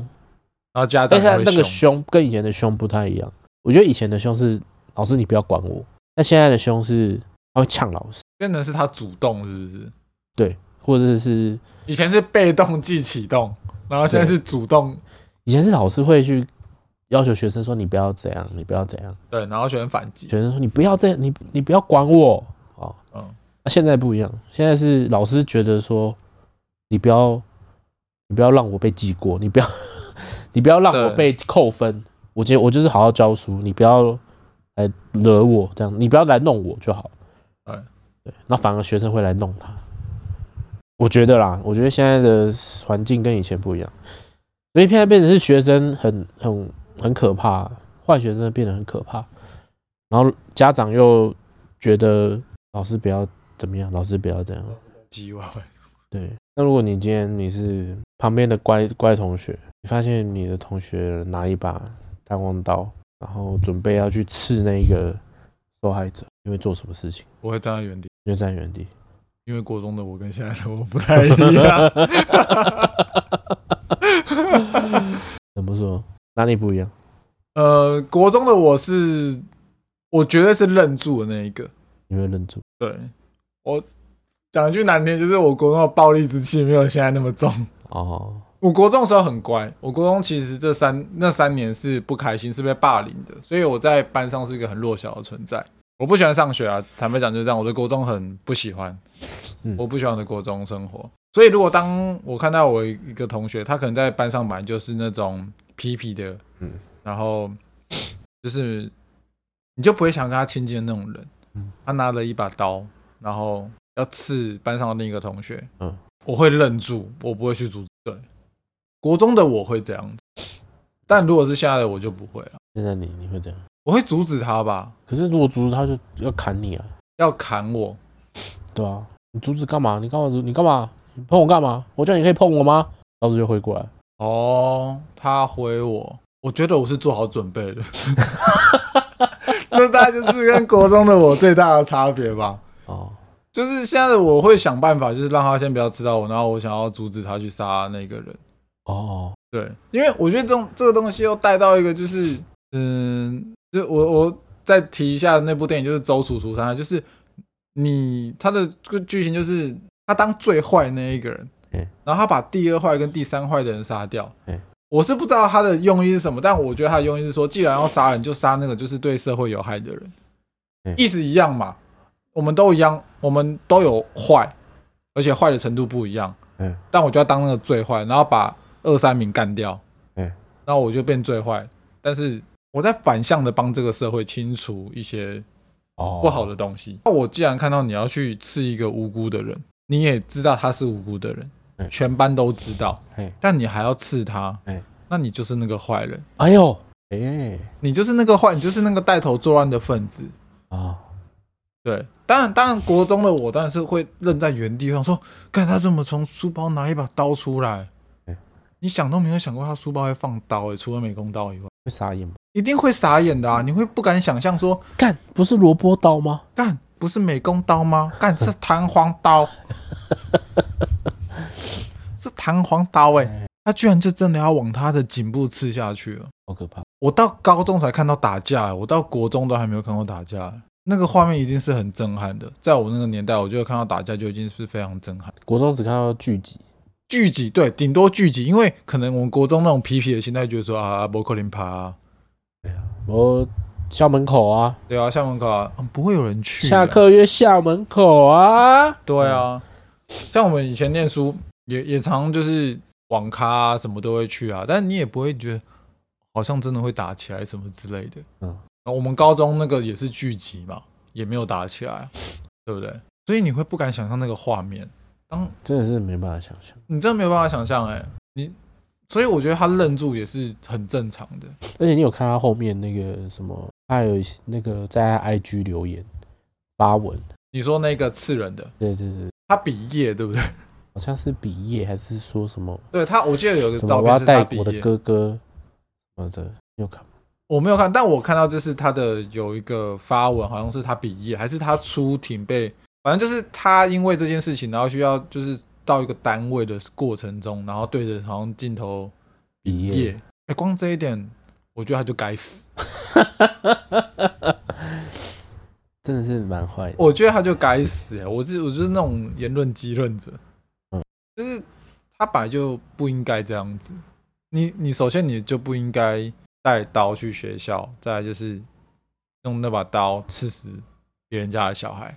Speaker 2: 然后家长
Speaker 1: 但是他
Speaker 2: 会
Speaker 1: 那个
Speaker 2: 凶
Speaker 1: 凶跟以前的凶不太一样。我觉得以前的凶是老师你不要管我，那现在的凶是他会呛老师，
Speaker 2: 变成是他主动，是不是？
Speaker 1: 或者是
Speaker 2: 以前是被动即启动，然后现在是主动，
Speaker 1: 以前是老师会去要求学生说你不要这样，你不要怎样，
Speaker 2: 对，然后学生反击，
Speaker 1: 学生说你不要这样，你你不要管我啊。
Speaker 2: 嗯
Speaker 1: 嗯，现在不一样，现在是老师觉得说你不要，你不要让我被记过，你不要， 你不要让我
Speaker 2: 对
Speaker 1: 被扣分。我今天我就是好好教书，你不要来惹我，这样你不要来弄我就好。
Speaker 2: 嗯
Speaker 1: 对，那反而学生会来弄他。我觉得啦，我觉得现在的环境跟以前不一样，所以现在变成是学生很很很可怕，坏学生变得很可怕。然后家长又觉得老师不要怎么样，老师不要这样。
Speaker 2: 叽歪歪。
Speaker 1: 对，那如果你今天你是旁边的乖乖同学，你发现你的同学拿一把弹簧刀，然后准备要去刺那个受害者，你会做什么事情？
Speaker 2: 我会站在原地，
Speaker 1: 你会站原地。
Speaker 2: 因为国中的我跟现在的我不太一样。
Speaker 1: 怎么说？哪里不一样？
Speaker 2: 呃，国中的我是，我绝对是愣住的那一个。
Speaker 1: 你会愣住。
Speaker 2: 对我讲一句难听，就是我国中的暴力之气没有现在那么重。
Speaker 1: 哦，
Speaker 2: 我国中的时候很乖，我国中其实这三那三年是不开心，是被霸凌的，所以我在班上是一个很弱小的存在。我不喜欢上学啊，坦白讲就是这样，我对国中很不喜欢，
Speaker 1: 嗯
Speaker 2: 我不喜欢我的国中生活。所以如果当我看到我一个同学，他可能在班上本来就是那种痞痞的，
Speaker 1: 嗯
Speaker 2: 然后就是你就不会想跟他亲近的那种人。
Speaker 1: 嗯
Speaker 2: 他拿了一把刀，然后要刺班上的另一个同学，
Speaker 1: 嗯
Speaker 2: 我会愣住，我不会去阻止。对，国中的我会这样子，但如果是现在的我就不会了，
Speaker 1: 现在你你会这样。
Speaker 2: 我会阻止他吧，
Speaker 1: 可是如果阻止他，就要砍你啊，
Speaker 2: 要砍我，
Speaker 1: 对啊，你阻止干嘛？你干嘛阻？你干嘛？你碰我干嘛？我叫你可以碰我吗？老师就会过来。
Speaker 2: 哦，他回我，我觉得我是做好准备的， 就是大概就是跟国中的我最大的差别吧。
Speaker 1: 哦，
Speaker 2: 就是现在的我会想办法，就是让他先不要知道我，然后我想要阻止他去杀那个人。
Speaker 1: 哦，
Speaker 2: 对，因为我觉得这种这个东西又带到一个就是，嗯，就我我再提一下那部电影，就是《周楚除三害》，就是你他的这个剧情就是他当最坏那一个人
Speaker 1: 嗯，
Speaker 2: 然后他把第二坏跟第三坏的人杀掉
Speaker 1: 嗯。
Speaker 2: 我是不知道他的用意是什么，但我觉得他的用意是说，既然要杀人，就杀那个就是对社会有害的人
Speaker 1: 嗯，
Speaker 2: 意思一样嘛。我们都一样，我们都有坏，而且坏的程度不一样。
Speaker 1: 嗯，
Speaker 2: 但我就要当那个最坏，然后把二三名干掉，
Speaker 1: 嗯，
Speaker 2: 那我就变最坏。但是我在反向的帮这个社会清除一些
Speaker 1: 哦，
Speaker 2: 不好的东西。那我既然看到你要去刺一个无辜的人，你也知道他是无辜的人，
Speaker 1: 嗯
Speaker 2: 全班都知道
Speaker 1: 嘿，
Speaker 2: 但你还要刺他
Speaker 1: 嗯，
Speaker 2: 那你就是那个坏人，
Speaker 1: 哎呦，哎、
Speaker 2: 你就是那个坏，你就是那个带头作案的分子。
Speaker 1: 啊，
Speaker 2: 对，当然，当然，国中的我当然是会愣在原地，我想说，看他怎么从书包拿一把刀出来
Speaker 1: 嗯，
Speaker 2: 你想都没有想过他书包会放刀、欸，除了美工刀以外，
Speaker 1: 会傻眼吗？
Speaker 2: 一定会傻眼的啊！你会不敢想象说，
Speaker 1: 干，不是萝卜刀吗？
Speaker 2: 干不是美工刀吗？干是弹簧刀， 是弹簧刀哎、
Speaker 1: 哎
Speaker 2: 他居然就真的要往他的颈部刺下去了。
Speaker 1: 好可怕！
Speaker 2: 我到高中才看到打架、欸我到国中都还没有看过打架、欸那个画面一定是很震撼的。在我那个年代，我觉得看到打架就已经是非常震撼。
Speaker 1: 国中只看到剧集，
Speaker 2: 聚集对，顶多聚集，因为可能我们国中那种痞痞的心态，觉得说啊，博克林爬、啊，
Speaker 1: 我校门口啊，
Speaker 2: 对啊，校门口啊，嗯不会有人去、
Speaker 1: 下，课约校门口啊，
Speaker 2: 对啊，像我们以前念书，也也常就是网咖、啊、什么都会去啊，但你也不会觉得好像真的会打起来什么之类的。
Speaker 1: 嗯
Speaker 2: 嗯，我们高中那个也是聚集嘛，也没有打起来，啊对不对？所以你会不敢想象那个画面，当
Speaker 1: 真的是没办法想象。
Speaker 2: 你真的没有办法想象哎、你所以我觉得他愣住也是很正常的。
Speaker 1: 而且你有看他后面那个什么，他有一些那个在他 IG 留言发文，
Speaker 2: 你说那个刺人的，
Speaker 1: 对对对，
Speaker 2: 他毕业对不对？
Speaker 1: 好像是毕业还是说什么
Speaker 2: 对他，我记得有个
Speaker 1: 什么
Speaker 2: 照
Speaker 1: 我
Speaker 2: 片
Speaker 1: 要
Speaker 2: 是他
Speaker 1: 带
Speaker 2: 毕
Speaker 1: 我的
Speaker 2: 业，
Speaker 1: 哥哥什么的，你有看吗？
Speaker 2: 我没有看，但我看到就是他的有一个发文，好像是他毕业还是他出庭被，反正就是他因为这件事情，然后需要就是到一个单位的过程中，然后对着好像镜头
Speaker 1: 毕
Speaker 2: 耶，
Speaker 1: 业，
Speaker 2: 哎、光这一点，我觉得他就该死，
Speaker 1: 真的是蛮坏的。
Speaker 2: 我觉得他就该死、哎我是我就是那种言论激论者，
Speaker 1: 嗯
Speaker 2: 就是他本来就不应该这样子。你你首先你就不应该带刀去学校，再来就是用那把刀刺死别人家的小孩，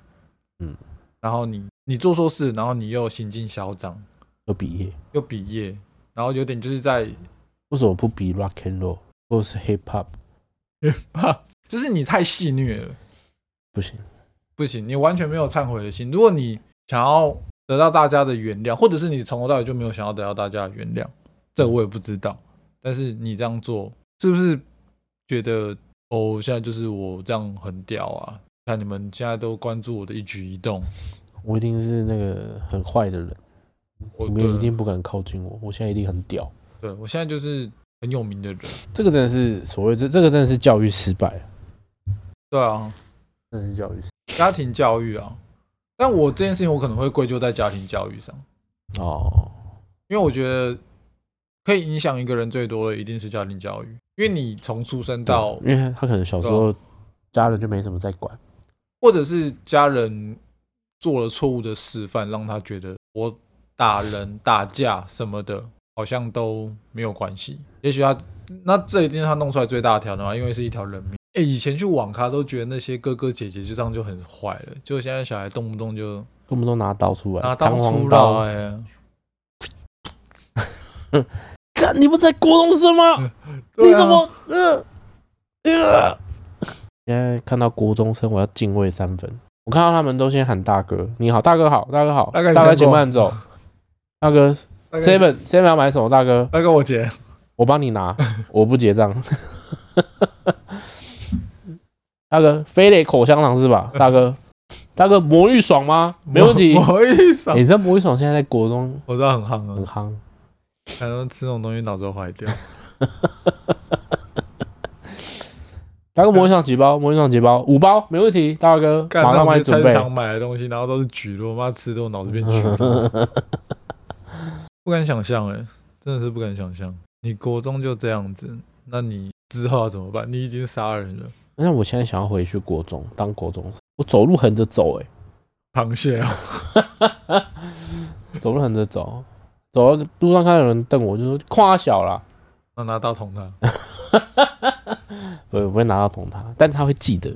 Speaker 1: 嗯，
Speaker 2: 然后你你做错事，然后你又行径嚣张，
Speaker 1: 有毕业，
Speaker 2: 又比耶，然后有点就是在
Speaker 1: 为什么不比 rock and roll 或是 hip hop？
Speaker 2: 就是你太戏虐了。
Speaker 1: 不行，
Speaker 2: 不行，你完全没有忏悔的心。如果你想要得到大家的原谅，或者是你从头到尾就没有想要得到大家的原谅，这我也不知道。但是你这样做，是不是觉得哦，现在就是我这样很屌啊？看你们现在都关注我的一举一动，
Speaker 1: 我一定是那个很坏的人，
Speaker 2: 我
Speaker 1: 你们一
Speaker 2: 对啊
Speaker 1: 定不敢靠近我，我现在一定很屌。
Speaker 2: 对我现在就是很有名的人，
Speaker 1: 这个真的是所谓这这个真的是教育失败了，
Speaker 2: 对啊，
Speaker 1: 真的是教育失
Speaker 2: 家庭教育啊。但我这件事情，我可能会归咎在家庭教育上，
Speaker 1: 哦，
Speaker 2: 因为我觉得可以影响一个人最多的一定是家庭教育，因为你从出生到啊
Speaker 1: 因为他可能小时候家人就没怎么在管，
Speaker 2: 或者是家人做了错误的示范，让他觉得我打 人、打架什么的，好像都没有关系。也许他那这一定是他弄出来最大条的嘛，因为是一条人命。哎、以前去网咖都觉得那些哥哥姐姐就这样就很坏了，就现在小孩动不动就
Speaker 1: 动不动拿刀出来，
Speaker 2: 拿
Speaker 1: 呃弹
Speaker 2: 刀出欸
Speaker 1: 簧
Speaker 2: 来、
Speaker 1: 刀。干，你不才国中生吗？
Speaker 2: 对啊
Speaker 1: 你怎么呃呃？现在看到国中生，我要敬畏三分。我看到他们都先喊大哥，你好，大哥好，大哥好，
Speaker 2: 大哥你
Speaker 1: 大哥
Speaker 2: 看
Speaker 1: 请
Speaker 2: 过
Speaker 1: 慢走，大哥 seven seven 要买什么？大哥，
Speaker 2: 那个我姐，
Speaker 1: 我帮 你拿，我不结账。 大哥，飞磊口香糖是吧？大哥，大哥魔芋爽吗？没问题。
Speaker 2: 我我一扫
Speaker 1: 欸，你知嗯道魔芋爽现在在国中
Speaker 2: 我知道很夯
Speaker 1: 很
Speaker 2: 啊，
Speaker 1: 夯，
Speaker 2: 可能吃这种东西脑子会坏掉。
Speaker 1: 大哥魔芋上几包？魔芋上几包？五包没问题，大哥
Speaker 2: 干
Speaker 1: 马
Speaker 2: 那
Speaker 1: 上
Speaker 2: 我
Speaker 1: 帮你
Speaker 2: 去菜
Speaker 1: 准
Speaker 2: 市
Speaker 1: 备。
Speaker 2: 场买的东西，然后都是橘的，我妈吃的我脑子 变橘了，不敢想象哎、真的是不敢想象。你国中就这样子，那你之后要怎么办？你已经杀人了，
Speaker 1: 那我现在想要回去国中当国中生，我走路横着走、欸，
Speaker 2: 螃蟹啊！
Speaker 1: 走路横着走，走到路上看到有人瞪我，就说夸小啦，
Speaker 2: 那拿刀捅他，
Speaker 1: 不我不会拿到捅他，但他会记得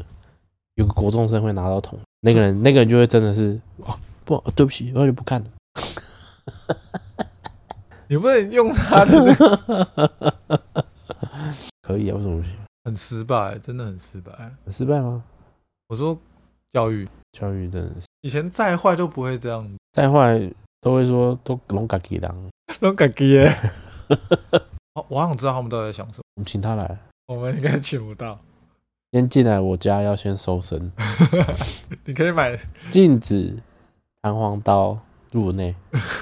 Speaker 1: 有个国中生会拿到捅那个人，那个人就会真的是哦不哦对不起，我就不看了。
Speaker 2: 你不能用他的那个，
Speaker 1: 可以啊，为什么不行？
Speaker 2: 很失败，欸真的很失败。
Speaker 1: 很失败吗？
Speaker 2: 我说教育
Speaker 1: 教育真的是
Speaker 2: 以前再坏都不会这样，
Speaker 1: 再坏都会说都龙嘎给当，
Speaker 2: 那种感觉。哦我好想知道他们到底在想什么，
Speaker 1: 我们请他来，
Speaker 2: 我们应该请不到。
Speaker 1: 先进来我家要先搜身。
Speaker 2: 你可以买
Speaker 1: 禁止弹簧刀入内。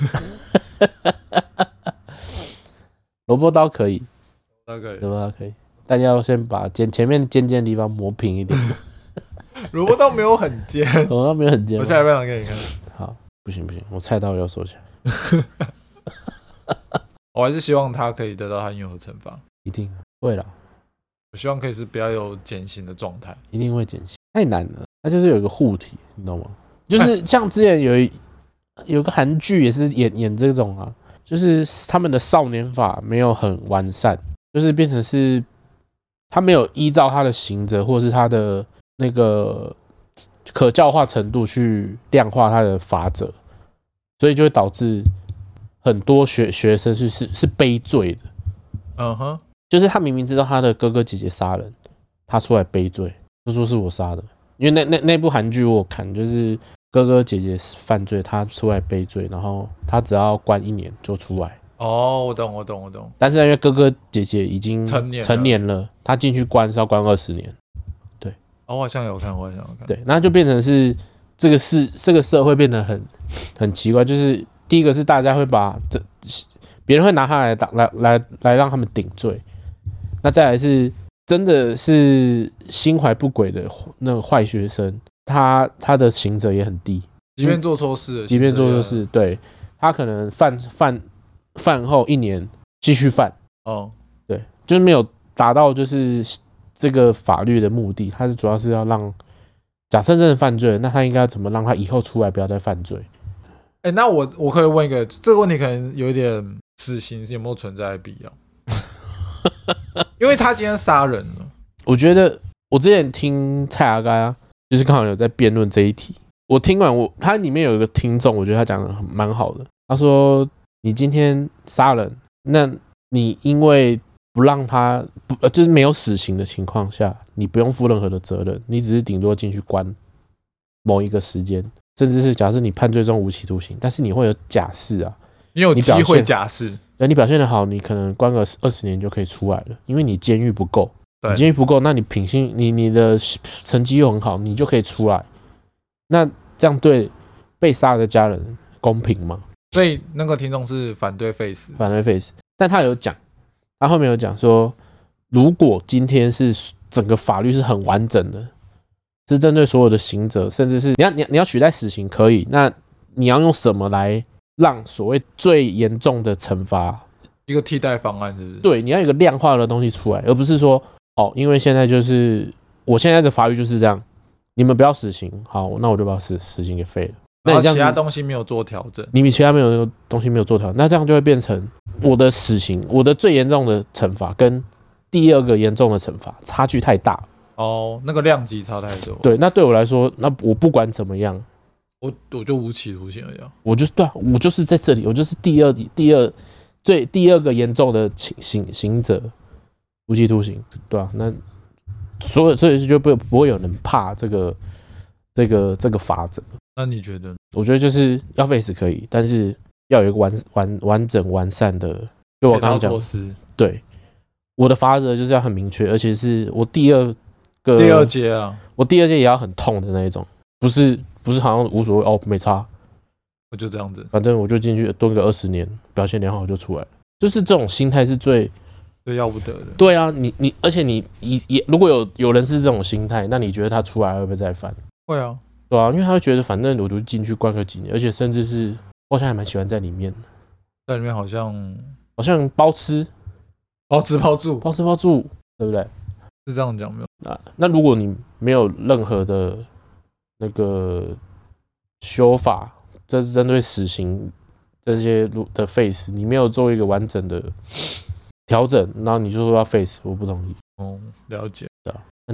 Speaker 1: 萝卜刀可以，
Speaker 2: 那个
Speaker 1: 萝卜刀可以，但要先把尖前面尖尖的地方磨平一点。
Speaker 2: 萝卜刀没有很尖，
Speaker 1: 我那没有很尖
Speaker 2: 我
Speaker 1: 吗，
Speaker 2: 下一半场给你看。
Speaker 1: 好，不行不行，我菜刀也要收起来，
Speaker 2: 我还是希望他可以得到他应有的惩罚。
Speaker 1: 一定啊会啦，
Speaker 2: 我希望可以是不要有减刑的状态。
Speaker 1: 一定会减刑，太难了。它就是有一个护体，你懂吗？就是像之前有一 有个韩剧也是演演这种啊，就是他们的少年法没有很完善，就是变成是他没有依照他的刑责或是他的那个可教化程度去量化他的法则，所以就会导致很多学学生是是是背罪的，
Speaker 2: 嗯哼，
Speaker 1: 就是他明明知道他的哥哥姐姐杀人，他出来背罪，就说是我杀的。因为那那那部韩剧我有看，就是哥哥姐姐犯罪，他出来背罪，然后他只要关一年就出来。
Speaker 2: 哦，我懂，我懂，我懂。
Speaker 1: 但是因为哥哥姐姐已经
Speaker 2: 成年了
Speaker 1: 成年了，他进去关是要关二十年。
Speaker 2: 哦，我好像有看，我好像有看。
Speaker 1: 对，那就变成是这个是这个社会变得很很奇怪，就是第一个是大家会把这别人会拿他来打来来来让他们顶罪，那再来是真的是心怀不轨的那个坏学生，他他的刑责也很低，
Speaker 2: 即便做错事了，
Speaker 1: 即便做错事，对他可能犯犯犯后一年继续犯，
Speaker 2: 哦，
Speaker 1: 对，就是没有达到就是这个法律的目的，他是主要是要让，假设真的犯罪了，那他应该要怎么让他以后出来不要再犯罪？
Speaker 2: 哎、那我我可以问一个，这个问题可能有一点死刑有没有存在的必 要？因为他今天杀人了，
Speaker 1: 我觉得我之前听蔡阿嘎、啊、就是刚好有在辩论这一题，我听完我他里面有一个听众，我觉得他讲的蛮好的，他说你今天杀人，那你因为不让他不呃就是没有死刑的情况下，你不用负任何的责任，你只是顶多进去关某一个时间，甚至是假设你判最终无期徒刑，但是你会有假释啊，
Speaker 2: 你有
Speaker 1: 你
Speaker 2: 机
Speaker 1: 表
Speaker 2: 会
Speaker 1: 现
Speaker 2: 假释，
Speaker 1: 那你表现的好，你可能关个二十年就可以出来了，因为你监狱不够。
Speaker 2: 对
Speaker 1: 你监狱不够，那你品性，你你的呃成绩又很好，你就可以出来。那这样对被杀的家人公平吗？
Speaker 2: 所以那个听众是反对 face，
Speaker 1: 反对 face，但他有讲，他后面有讲说，如果今天是整个法律是很完整的，是针对所有的刑责，甚至是你要你要你要取代死刑可以，那你要用什么来让所谓最严重的惩罚
Speaker 2: 一个替代方案，是不是？
Speaker 1: 对，你要有一个量化的东西出来，而不是说哦，因为现在就是我现在的法律就是这样，你们不要死刑，好，那我就把死死刑给废了。那
Speaker 2: 然
Speaker 1: 你
Speaker 2: 后
Speaker 1: 这样
Speaker 2: 其他
Speaker 1: 子，
Speaker 2: 东西没有做调整，
Speaker 1: 你其他没有东西没有做调，那这样就会变成我的死刑，我的最严重的惩罚跟第二个严重的惩罚差距太大。
Speaker 2: 哦，那个量级差太多，
Speaker 1: 对，那对我来说，那我不管怎么样，
Speaker 2: 我我就无期徒刑而已啊。
Speaker 1: 我就是对啊、我就是在这里，我就是第二第二最第二个严重的行行行者，无期徒刑，对啊，那所有所以就不不会有人怕这个这个这个法则。
Speaker 2: 那你觉得呢？
Speaker 1: 我觉得就是要 face 可以，但是要有一个完完完整完善的，就我刚刚
Speaker 2: 配套
Speaker 1: 讲
Speaker 2: 措，施，
Speaker 1: 对我的法则就是要很明确，而且是我第二个
Speaker 2: 第二阶啊，
Speaker 1: 我第二届也要很痛的那一种，不是不是好像无所谓哦，没差，
Speaker 2: 我就这样子。
Speaker 1: 反正我就进去蹲个二十年，表现良好就出来了就是这种心态是最
Speaker 2: 对，要不得的。
Speaker 1: 对啊，你你，而且你你也如果有有人是这种心态，那你觉得他出来会不会再犯？
Speaker 2: 会啊，
Speaker 1: 对啊，因为他会觉得反正我就进去关个几年，而且甚至是我好像还蛮喜欢在里面的，
Speaker 2: 在里面好像
Speaker 1: 好像包吃
Speaker 2: 包吃包住
Speaker 1: 包吃包住，对不对？
Speaker 2: 是这样讲没有？
Speaker 1: 啊，那如果你没有任何的那个修法，这是针对死刑这些路的 face，你没有做一个完整的调整，然后你就说要 face，我不同意。
Speaker 2: 哦，了解。
Speaker 1: 那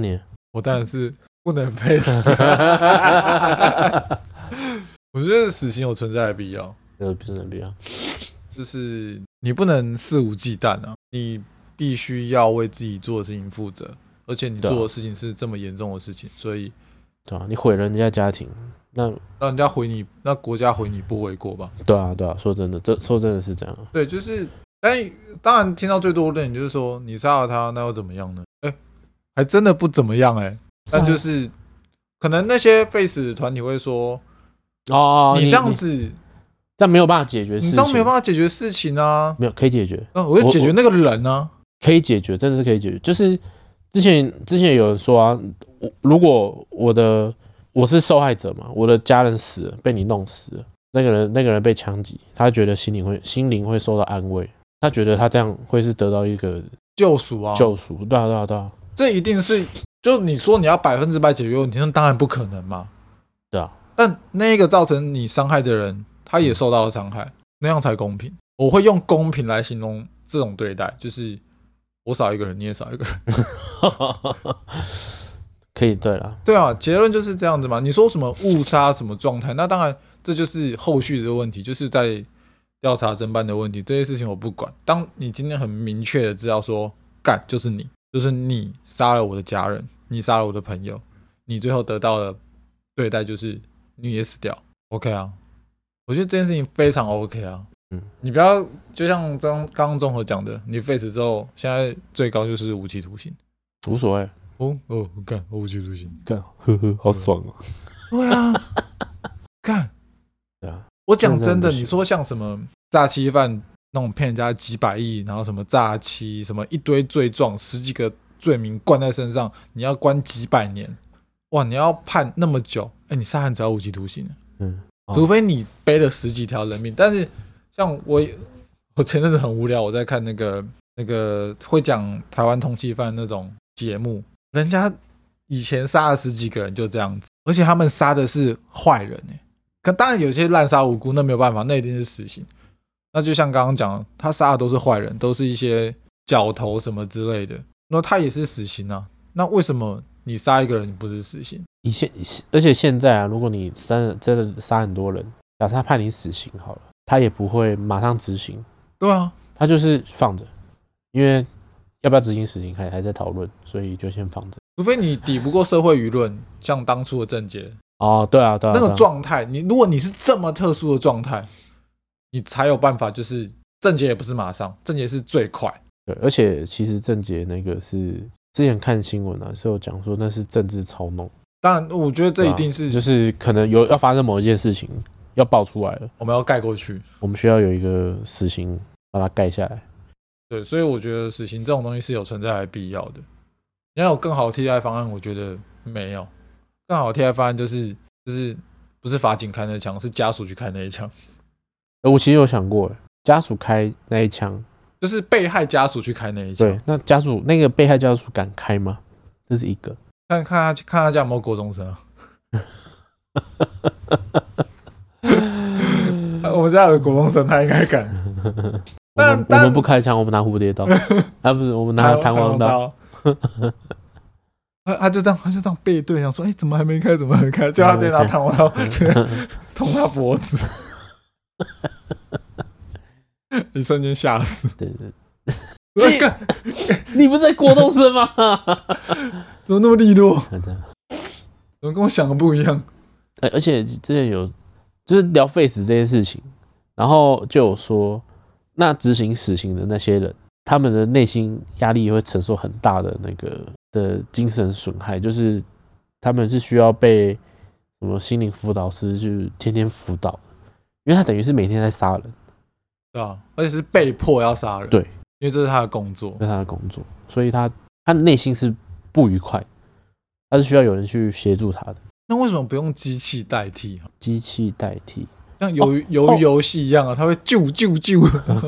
Speaker 1: 你呢，
Speaker 2: 我当然是不能配死。 我觉得死刑有存在的必要，
Speaker 1: 呃，不能不要，
Speaker 2: 就是你不能肆无忌惮啊，你必须要为自己做的事情负责，而且你
Speaker 1: 对啊
Speaker 2: 做的事情是这么严重的事情，所以
Speaker 1: 对啊，你毁了人家家庭，那
Speaker 2: 让人家回你，那国家回你不为过吧？
Speaker 1: 对啊对啊，说真的，这说真的是这样啊，
Speaker 2: 对，就是，但当然听到最多的点就是说，你杀了他，那又怎么样呢？哎、还真的不怎么样哎、但
Speaker 1: 啊
Speaker 2: 就是可能那些 face 团体会说，
Speaker 1: 哦，
Speaker 2: 你
Speaker 1: 你
Speaker 2: 这样子，
Speaker 1: 这样没有办法解决
Speaker 2: 你
Speaker 1: 事情，
Speaker 2: 这样没有办法解决事情啊，
Speaker 1: 没有可以解决，
Speaker 2: 那我就
Speaker 1: 我
Speaker 2: 解决那个人啊。
Speaker 1: 可以解决，真的是可以解决。就是之前之前有人说啊，我如果我的我是受害者嘛，我的家人死了，被你弄死了，那个人那个人被枪击，他觉得心灵会心灵会受到安慰，他觉得他这样会是得到一个
Speaker 2: 救赎啊，
Speaker 1: 救赎。对啊对啊对啊，
Speaker 2: 这一定是就你说你要百分之百解决问题，那当然不可能嘛。
Speaker 1: 对啊，
Speaker 2: 但那个造成你伤害的人，他也受到了伤
Speaker 1: 嗯
Speaker 2: 害，那样才公平。我会用公平来形容这种对待，就是我少一个人，你也少一个人。
Speaker 1: 可以对了，
Speaker 2: 对啊，结论就是这样子嘛。你说什么误杀什么状态，那当然这就是后续的问题，就是在调查侦办的问题，这些事情我不管。当你今天很明确的知道说，干就是你，就是你杀了我的家人，你杀了我的朋友，你最后得到的对待就是你也死掉，OK 啊？我觉得这件事情非常 OK 啊。
Speaker 1: 嗯，
Speaker 2: 你不要就像刚刚刚综合讲的，你 face 之后，现在最高就是无期徒刑。
Speaker 1: 无所谓。
Speaker 2: 哦哦，干我无期徒刑。
Speaker 1: 看，呵呵，好爽哦、
Speaker 2: 对 啊，干，
Speaker 1: 对啊，
Speaker 2: 我讲真
Speaker 1: 真的
Speaker 2: 的，
Speaker 1: 不行
Speaker 2: 你说像什么诈欺犯那种骗人家几百亿，然后什么诈欺，什么一堆罪状，十几个罪名灌在身上，你要关几百年，哇，你要判那么久，哎、你杀人只要无期徒刑，啊
Speaker 1: 嗯，哦
Speaker 2: 除非你背了十几条人命。但是像我，我前阵子很无聊，我在看那个那个会讲台湾通缉犯那种节目，人家以前杀了十几个人就这样子，而且他们杀的是坏人哎、可当然有些滥杀无辜，那没有办法，那一定是死刑。那就像刚刚讲，他杀的都是坏人，都是一些角头什么之类的，那他也是死刑啊。那为什么你杀一个人不是死刑？
Speaker 1: 以现而且现在啊，如果你真真的杀很多人，假设他判你死刑好了，他也不会马上执行，
Speaker 2: 对啊，
Speaker 1: 他就是放着，因为要不要执行死刑还还在讨论，所以就先放着。
Speaker 2: 除非你抵不过社会舆论，像当初的郑杰
Speaker 1: 哦，对啊，对啊，
Speaker 2: 那
Speaker 1: 对
Speaker 2: 种
Speaker 1: 啊
Speaker 2: 状态，你如果你是这么特殊的状态，你才有办法。就是郑杰也不是马上，郑杰是最快，
Speaker 1: 对，而且其实郑杰那个是之前看新闻啊，是有讲说那是政治操弄，
Speaker 2: 当然，我觉得这
Speaker 1: 对
Speaker 2: 一
Speaker 1: 啊
Speaker 2: 定是
Speaker 1: 就是可能有要发生某一件事情要爆出来了，
Speaker 2: 我们要盖过去。
Speaker 1: 我们需要有一个死刑把它盖下来。
Speaker 2: 对，所以我觉得死刑这种东西是有存在的必要的。你要有更好的替代方案，我觉得没有。更好的替代方案就是就是不是法警开那一枪，是家属去开那一枪，
Speaker 1: 呃，我其实有想过，家属开那一枪，
Speaker 2: 就是被害家属去开那一枪
Speaker 1: 对。，那家属那个被害家属敢开吗？这是一个。
Speaker 2: 看看他看他家有没有国中生啊？ 我们家有国中生，他应该敢。
Speaker 1: 我
Speaker 2: 但
Speaker 1: 们我
Speaker 2: 但
Speaker 1: 们不开枪，我们拿蝴 蝶刀啊，不是我们拿
Speaker 2: 弹
Speaker 1: 弹簧 刀。
Speaker 2: 刀。他他就这样，他就这样背对，想说：“哎、怎么还没开？怎么还没开？”就他直接拿弹簧 刀直接捅他脖子， 一瞬间吓死。
Speaker 1: 对对，
Speaker 2: 哎干
Speaker 1: 你不是在国中生 吗？
Speaker 2: 怎么那么利落？
Speaker 1: 好的
Speaker 2: 怎么跟我想的不一样？
Speaker 1: 呃，而且之前有就是聊 face 这件事情，然后就有说，那执行死刑的那些人，他们的内心压力会承受很大的那个的精神损害，就是他们是需要被什么心灵辅导师去天天辅导，因为他等于是每天在杀人。
Speaker 2: 对啊，而且是被迫要杀人。
Speaker 1: 对
Speaker 2: 因为这是他的工作。
Speaker 1: 在他的工作，所以他他内心是不愉快，他是需要有人去协助他的，
Speaker 2: 那为什么不用机器代替啊？
Speaker 1: 机器代替。
Speaker 2: 像
Speaker 1: 哦
Speaker 2: 游游游戏一样啊，他会救救 救，然后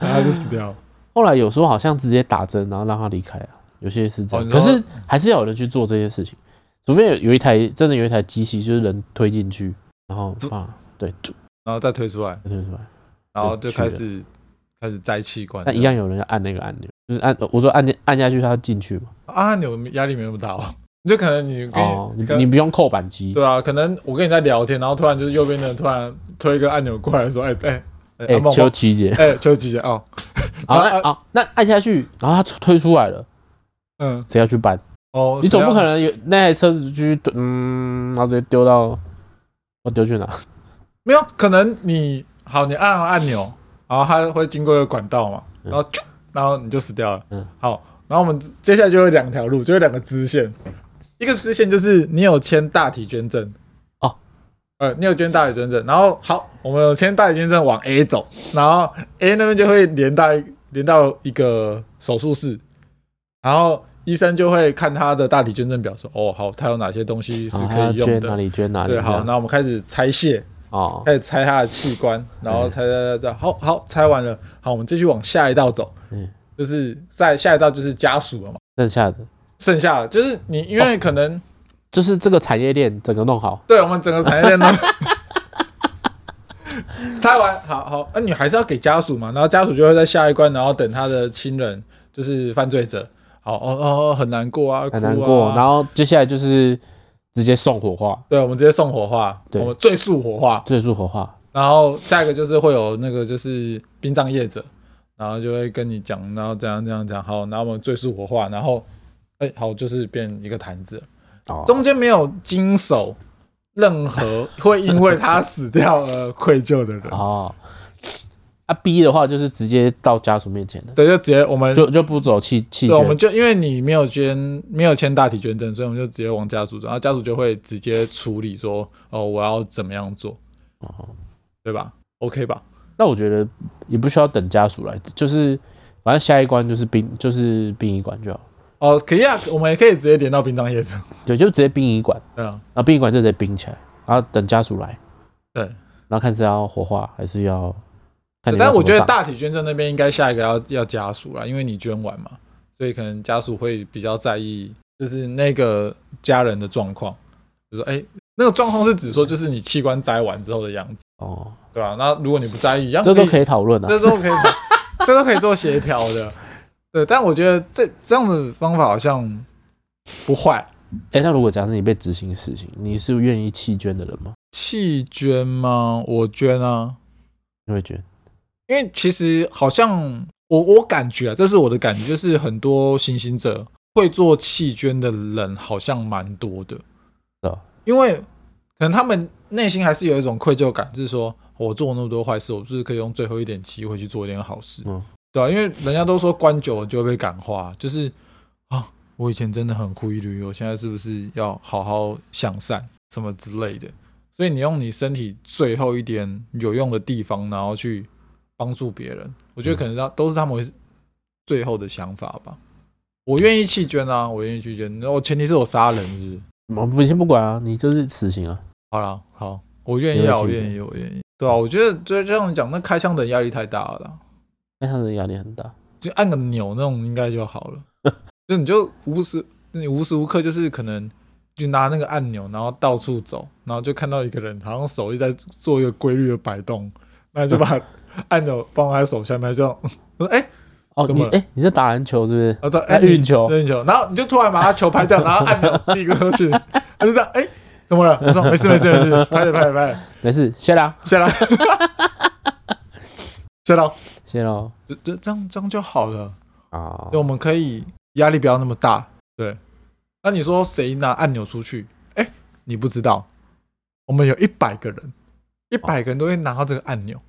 Speaker 2: 他就死掉。
Speaker 1: 后来有时候好像直接打针，然后让他离开啊，有些是这
Speaker 2: 哦
Speaker 1: 样，
Speaker 2: 你
Speaker 1: 可
Speaker 2: 说
Speaker 1: 是还是要有人去做这件事情，除非有有一台真的有一台机器，就是人推进去，然后
Speaker 2: 这呃
Speaker 1: 放对，就
Speaker 2: 然后再推出来，
Speaker 1: 推出来，
Speaker 2: 然后就开始开始摘器官。
Speaker 1: 但一样有人要按那个按钮，就是按我说按键按下去，他进去嘛。
Speaker 2: 啊，你有压力没那么大哦。你就可能你跟
Speaker 1: 哦，你
Speaker 2: 可
Speaker 1: 你不用扣扳机，
Speaker 2: 对啊，可能我跟你在聊天，然后突然就是右边的人突然推一个按钮过来说：“哎哎哎，
Speaker 1: 哎
Speaker 2: 阿，梦
Speaker 1: 求 其姐，
Speaker 2: 哎，秋吉姐哦，
Speaker 1: 好，那
Speaker 2: 啊
Speaker 1: 好，那按下去，然后他推出来了，
Speaker 2: 嗯
Speaker 1: 谁要去搬？
Speaker 2: 哦，
Speaker 1: 你总不可
Speaker 2: 能
Speaker 1: 能有那台车子去推，嗯，然后直接丢到，我丢去哪？
Speaker 2: 没有可能你好，你按按钮，然后它会经过一个管道嘛，然后啾，然后你就死掉了。
Speaker 1: 嗯，
Speaker 2: 好，然后我们接下来就有两条路，就有两个支线，一个支线就是你有签大体捐赠。
Speaker 1: 哦
Speaker 2: 呃，你有捐大体捐赠，然后好，我们有签大体捐赠往 A 走，然后 A 那边就会连到连到一个手术室，然后医生就会看他的大体捐赠表说，哦，好，他有哪些东西是
Speaker 1: 然后
Speaker 2: 可
Speaker 1: 他
Speaker 2: 以
Speaker 1: 要
Speaker 2: 用
Speaker 1: 啊捐哪
Speaker 2: 的，
Speaker 1: 里捐哪里？
Speaker 2: 对，
Speaker 1: 啊
Speaker 2: 好，
Speaker 1: 这样
Speaker 2: 那我们开始拆卸，
Speaker 1: 哦，
Speaker 2: 开始拆他的器官，然后拆拆拆拆，好好拆完了，好，我们继续往下一道走，
Speaker 1: 嗯
Speaker 2: 就是在下一道就是家属了嘛，
Speaker 1: 剩下的
Speaker 2: 剩下的就是你，因为可能、
Speaker 1: 就是这个产业链整个弄好，
Speaker 2: 对我们整个产业链呢，拆完，好好，那、你还是要给家属嘛，然后家属就会在下一关，然后等他的亲人，就是犯罪者，好哦哦哦，很难过啊，
Speaker 1: 很
Speaker 2: 哭
Speaker 1: 难
Speaker 2: 啊
Speaker 1: 过。然后接下来就是直接送火化，
Speaker 2: 对，我们直接送火化，
Speaker 1: 对
Speaker 2: 我们最速火化，
Speaker 1: 最速火化，
Speaker 2: 然后下一个就是会有那个就是殡葬业者，然后就会跟你讲，然后怎样怎样怎样，好，然后我们最速活化，然后哎、好就是变一个坛子了，
Speaker 1: 哦，
Speaker 2: 中间没有经手任何会因为他死掉而愧疚的人，
Speaker 1: 哦，啊 B 的话就是直接到家属面前的，
Speaker 2: 对，就直接我们。
Speaker 1: 就就不走弃弃
Speaker 2: 对，我们
Speaker 1: 捐，
Speaker 2: 就因为你没有捐，没有签大体捐赠，所以我们就直接往家属走，然后家属就会直接处理说，哦，我要怎么样做，
Speaker 1: 哦
Speaker 2: 对吧？OK 吧？
Speaker 1: 那我觉得也不需要等家属来，就是反正下一关就是殡就是殡仪馆就好，
Speaker 2: 哦，可以啊，我们也可以直接连到殡葬业者，
Speaker 1: 对，就直接殡仪馆，
Speaker 2: 对啊，
Speaker 1: 然后殡仪馆就直接冰起来，然后等家属来，
Speaker 2: 对，
Speaker 1: 然后看是要火化还是要看你要
Speaker 2: 但
Speaker 1: 怎么
Speaker 2: 我觉得
Speaker 1: 葬
Speaker 2: 大体捐赠那边应该下一个要要家属啦，因为你捐完嘛，所以可能家属会比较在意，就是那个家人的状况，就说哎、那个状况是指说就是你器官摘完之后的样子，
Speaker 1: 哦，
Speaker 2: 对吧、那如果你不在意，一样
Speaker 1: 这都可
Speaker 2: 以，
Speaker 1: 以讨论啊
Speaker 2: 这，都可以， 这都可以做协调的。对，但我觉得这这样的方法好像不坏。
Speaker 1: 哎，那如果假设你被执行死刑，你是愿意弃捐的人吗？
Speaker 2: 弃捐吗？我捐啊，
Speaker 1: 你会捐？
Speaker 2: 因为其实好像我我感觉啊，这是我的感觉，就是很多行刑者会做弃捐的人好像蛮多的，
Speaker 1: 啊
Speaker 2: 因为可能他们内心还是有一种愧疚感，就是说我做那么多坏事，我是不是可以用最后一点机会去做一点好事？
Speaker 1: 嗯
Speaker 2: 对啊，因为人家都说关久了就会被感化，就是啊，我以前真的很苦一驴，我现在是不是要好好向善什么之类的？所以你用你身体最后一点有用的地方，然后去帮助别人，我觉得可能他都是他们会最后的想法吧。我愿意弃捐啊，我愿意去捐，那我前提是我杀人是不是？
Speaker 1: 我们先不管啊，你就是死刑啊。
Speaker 2: 好啦，好，我愿意啊，
Speaker 1: 你
Speaker 2: 我
Speaker 1: 会弃捐
Speaker 2: 愿意，我愿意。对啊，我觉得就这样讲，那开枪的压力太大了啦。
Speaker 1: 那他的压力很大，
Speaker 2: 就按个钮那种应该就好了。就你就无时你无时无刻就是可能就拿那个按钮，然后到处走，然后就看到一个人好像手一直在做一个规律的摆动，那你就把按钮放在他手下面，就我说 哎，
Speaker 1: 哦，
Speaker 2: 怎么
Speaker 1: 你
Speaker 2: 了
Speaker 1: 哎、你在打篮球是不是？
Speaker 2: 然后说哎
Speaker 1: 在运球，
Speaker 2: 运球，然后你就突然把他球拍 掉，然后按钮递过去，他就这样哎。怎么了？我说没事没事没事，拍了拍了拍了，
Speaker 1: 没事，谢啦，
Speaker 2: 下来， 下来，
Speaker 1: 谢喽。
Speaker 2: 就就这样这样就好了。
Speaker 1: 啊
Speaker 2: 对，，我们可以压力不要那么大。对，那你说谁拿按钮出去？哎、你不知道，我们有一百个人，一百个人都会拿到这个按钮，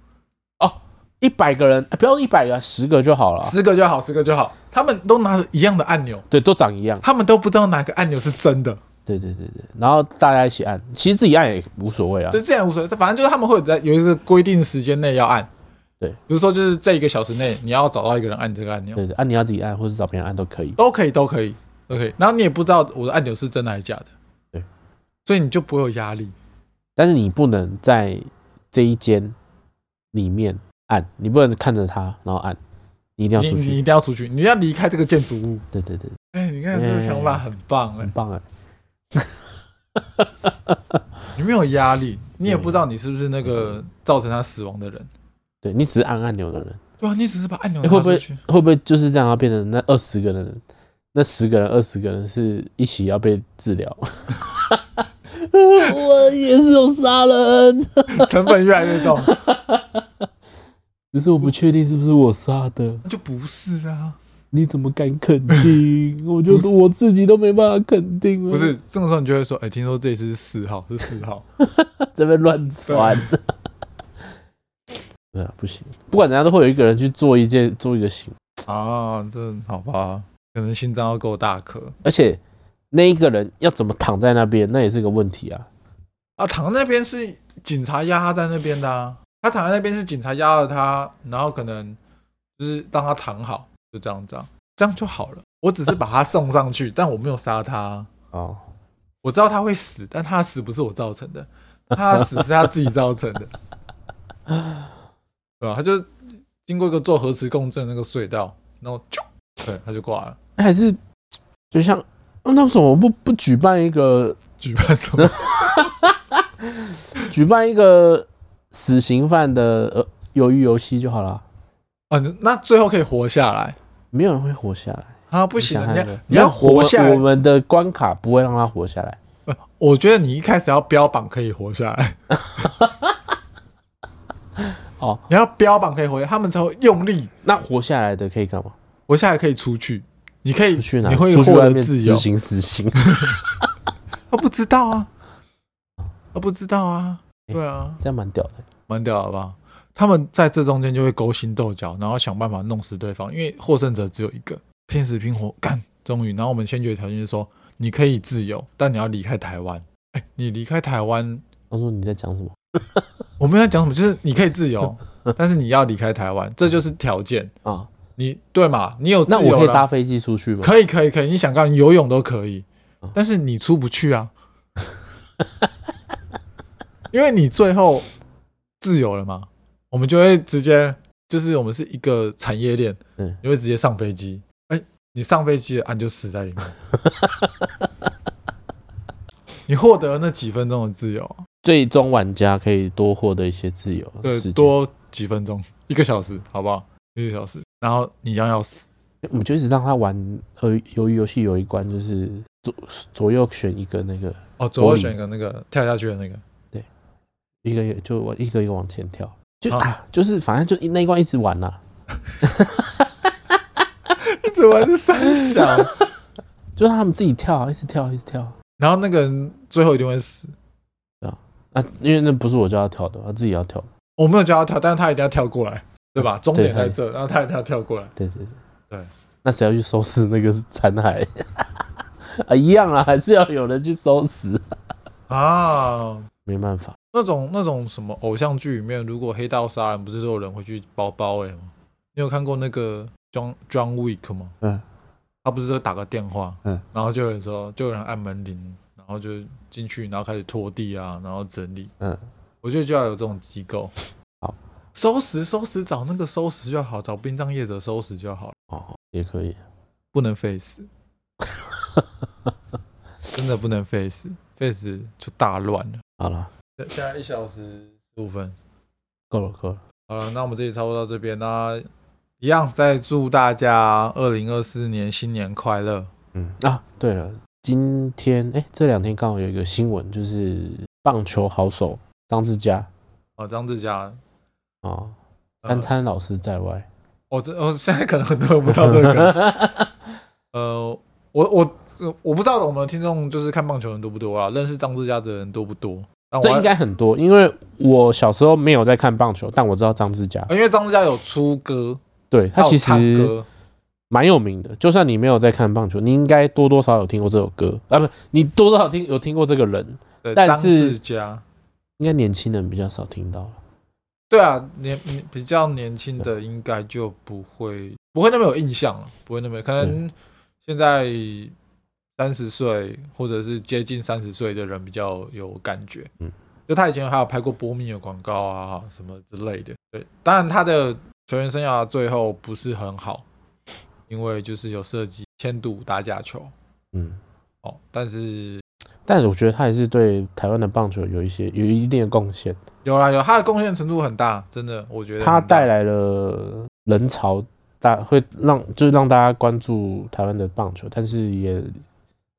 Speaker 1: 一百个人，哎不要一百个，十个就好了。
Speaker 2: 十个就好，十个就好。他们都拿着一样的按钮，
Speaker 1: 对，都长一样。
Speaker 2: 他们都不知道哪个按钮是真的。
Speaker 1: 对对对对，然后大家一起按，其实自己按也无所谓啊
Speaker 2: 这。这样无所谓，反正就是他们会有在有一个规定时间内要按。
Speaker 1: 对，
Speaker 2: 比如说就是这一个小时内，你要找到一个人按这个按钮，
Speaker 1: 对对，按、你要自己按，或者找别人按都可以。
Speaker 2: 都可以，都可以，都可以。然后你也不知道我的按钮是真的还是假的，
Speaker 1: 对，
Speaker 2: 所以你就不会有压力。
Speaker 1: 但是你不能在这一间里面按，你不能看着它然后按，你一定要
Speaker 2: 你
Speaker 1: 出
Speaker 2: 你
Speaker 1: 去。
Speaker 2: 一定要出去，你要离开这个建筑物。
Speaker 1: 对对对，
Speaker 2: 哎、你看这个想法很棒哎、
Speaker 1: 很棒哎、
Speaker 2: 你没有压力，你也不知道你是不是那个造成他死亡的人。
Speaker 1: 对你只是按按钮的人，
Speaker 2: 对啊，你只是把按钮
Speaker 1: 哎
Speaker 2: 拿
Speaker 1: 会不
Speaker 2: 出
Speaker 1: 会
Speaker 2: 去，
Speaker 1: 会不会就是这样要变成那二十个人，那十个人、二十个人是一起要被治疗？ 我也是有杀人，
Speaker 2: 成本越来越重，
Speaker 1: 只是我不确定是不是我杀的，
Speaker 2: 那就不是啊。
Speaker 1: 你怎么敢肯定？ 我就
Speaker 2: 不是
Speaker 1: 我自己都没办法肯定了，
Speaker 2: 不是这种时候你就会说，哎、听说这一次是四号，是四号，
Speaker 1: 这边乱传。 对啊，不行，不管怎样都会有一个人去做一件做一个行为，
Speaker 2: 啊，这好吧，可能心脏要够大颗
Speaker 1: 而且那一个人要怎么躺在那边，那也是个问题啊。
Speaker 2: 啊。躺在那边是警察压他在那边的、啊，他躺在那边是警察压了他，然后可能就是让他躺好，就这样这样，这样就好了。我只是把他送上去，但我没有杀他，啊
Speaker 1: 哦，
Speaker 2: 我知道他会死，但他的死不是我造成的，他的死是他自己造成的，对吧、他就经过一个做核磁共振的那个隧道，然后就对他就挂了。
Speaker 1: 哎还是就像、啊那为什么不不举办一个
Speaker 2: 举办什么？
Speaker 1: 举办一个死刑犯的呃鱿鱼游戏就好了？
Speaker 2: 啊，那最后可以活下来
Speaker 1: 没有人会活下来，
Speaker 2: 啊？不行
Speaker 1: 你
Speaker 2: 的，你
Speaker 1: 想看
Speaker 2: 要
Speaker 1: 那个
Speaker 2: 你要
Speaker 1: 没有
Speaker 2: 活下
Speaker 1: 我们
Speaker 2: 来
Speaker 1: 我。们的关卡不会让他活下来。。
Speaker 2: 呃我觉得你一开始要标榜可以活下来
Speaker 1: 哦，
Speaker 2: 你要标榜可以活下来，他们才会用力
Speaker 1: 那活下来的可以干嘛？
Speaker 2: 活下来，可以出去。你可以
Speaker 1: 出去哪？
Speaker 2: 你会
Speaker 1: 出去
Speaker 2: 获
Speaker 1: 外
Speaker 2: 得
Speaker 1: 面
Speaker 2: 自
Speaker 1: 执
Speaker 2: 由。
Speaker 1: 行死刑？
Speaker 2: 他不知道啊，他不知道啊，对啊，
Speaker 1: 这样蛮屌的。
Speaker 2: 蛮屌好不好？他们在这中间就会勾心斗角，然后想办法弄死对方，因为获胜者只有一个，拼死拼活干。终于，然后我们先决条件是说，你可以自由，但你要离开台湾。哎，你离开台湾，
Speaker 1: 他说你在讲什么？
Speaker 2: 我们要讲什么？就是你可以自 由，但是你要离开台湾，这就是条件。
Speaker 1: 啊，
Speaker 2: 你对嘛？你有自
Speaker 1: 那我可
Speaker 2: 由
Speaker 1: 以搭
Speaker 2: 了，
Speaker 1: 飞机出去吗？
Speaker 2: 可以可以可以，你想干嘛你游泳都可以
Speaker 1: 嗯，
Speaker 2: 但是你出不去啊， 因为你最后自由了嘛，我们就会直接就是我们是一个产业链，
Speaker 1: 嗯
Speaker 2: 你会直接上飞机，哎、你上飞机了，啊，你就死在里面， 你获得了那几分钟的自由，
Speaker 1: 最终玩家可以多获得一些自由
Speaker 2: 对
Speaker 1: 时，间。
Speaker 2: 多几分钟，一个小时，好不好？一个小时，然后你一样要死，
Speaker 1: 我们就一直让他玩呃，鱿鱼游戏有一关就是左左右选一个那个
Speaker 2: 哦，左
Speaker 1: 玻
Speaker 2: 右
Speaker 1: 璃
Speaker 2: 选一个那个跳下去的那个。
Speaker 1: 一个就往一个一个往前跳，就
Speaker 2: 好
Speaker 1: 啊就是反正就一那一关一直玩呐、 啊
Speaker 2: 怎么是三小？
Speaker 1: 就让他们自己跳啊，一直跳一直跳
Speaker 2: 然后那个人最后一定会死。
Speaker 1: 啊，因为那不是我叫他跳的，他自己要跳的。
Speaker 2: 我没有教他跳，但是他一定要跳过来，对吧？终点在这，然后他一定要跳过来。
Speaker 1: 对对对
Speaker 2: 对，
Speaker 1: 那谁要去收拾那个残骸？ 啊，一样啊，还是要有人去收拾，
Speaker 2: 啊，
Speaker 1: 没办法。
Speaker 2: 那种那种什么偶像剧里面，如果黑道杀人，不是都有人会去包包哎吗？你有看过那个 John John Wick 吗？
Speaker 1: 嗯，
Speaker 2: 他不是就打个电话，
Speaker 1: 嗯，
Speaker 2: 然后就有人说，就有人按门铃，然后就进去，然后开始拖地啊，然后整理。
Speaker 1: 嗯，
Speaker 2: 我觉得就要有这种机构。
Speaker 1: 好，
Speaker 2: 收拾收拾，找那个收拾就好，找殡葬业者收拾就好了。
Speaker 1: 哦，也可以。
Speaker 2: 不能 face，真的不能 face，face 就大乱了。
Speaker 1: 好了，
Speaker 2: 现在一小时十五分，
Speaker 1: 够了够了。
Speaker 2: 好了，呃那我们这里差不多到这边，那一样再祝大家二零二四年新年快乐。
Speaker 1: 嗯啊，对了，今天哎、诶这两天刚好有一个新闻，就是棒球好手张志佳
Speaker 2: 哦，张志佳，
Speaker 1: 啊、哦，
Speaker 2: 呃
Speaker 1: 三，餐老师在外，
Speaker 2: 我这我 现在可能很多人不知道这个梗，呃，我我呃我不知道我们的听众就是看棒球的人多不多啊，认识张志佳的人多不多？但
Speaker 1: 这
Speaker 2: 我
Speaker 1: 应该很多，因为我小时候没有在看棒球，但我知道张志佳，
Speaker 2: 呃因为张志佳有出歌，
Speaker 1: 对他其
Speaker 2: 还有唱
Speaker 1: 实
Speaker 2: 歌
Speaker 1: 蛮有名的。就算你没有在看棒球，你应该多多少少有听过这首歌啊，不，你多多少少听有听过这个人，
Speaker 2: 对
Speaker 1: 但
Speaker 2: 张
Speaker 1: 是
Speaker 2: 志佳。
Speaker 1: 应该年轻人比较少听到了。
Speaker 2: 对啊，年年比较年轻的应该就不会不会那么有印象了，不会那么可能现在三十岁或者是接近三十岁的人比较有感觉。
Speaker 1: 嗯，
Speaker 2: 就他以前还有拍过波蜜的广告啊什么之类的。对，当然他的球员生涯最后不是很好，因为就是有涉及牵赌打假球
Speaker 1: 嗯，
Speaker 2: 哦，但是
Speaker 1: 但我觉得他还是对台湾的棒球有一些有一定的贡献，
Speaker 2: 有啦有，他的贡献程度很大，真的，我觉得
Speaker 1: 他
Speaker 2: 很大
Speaker 1: 带来了人潮大，会让就是让大家关注台湾的棒球，但是也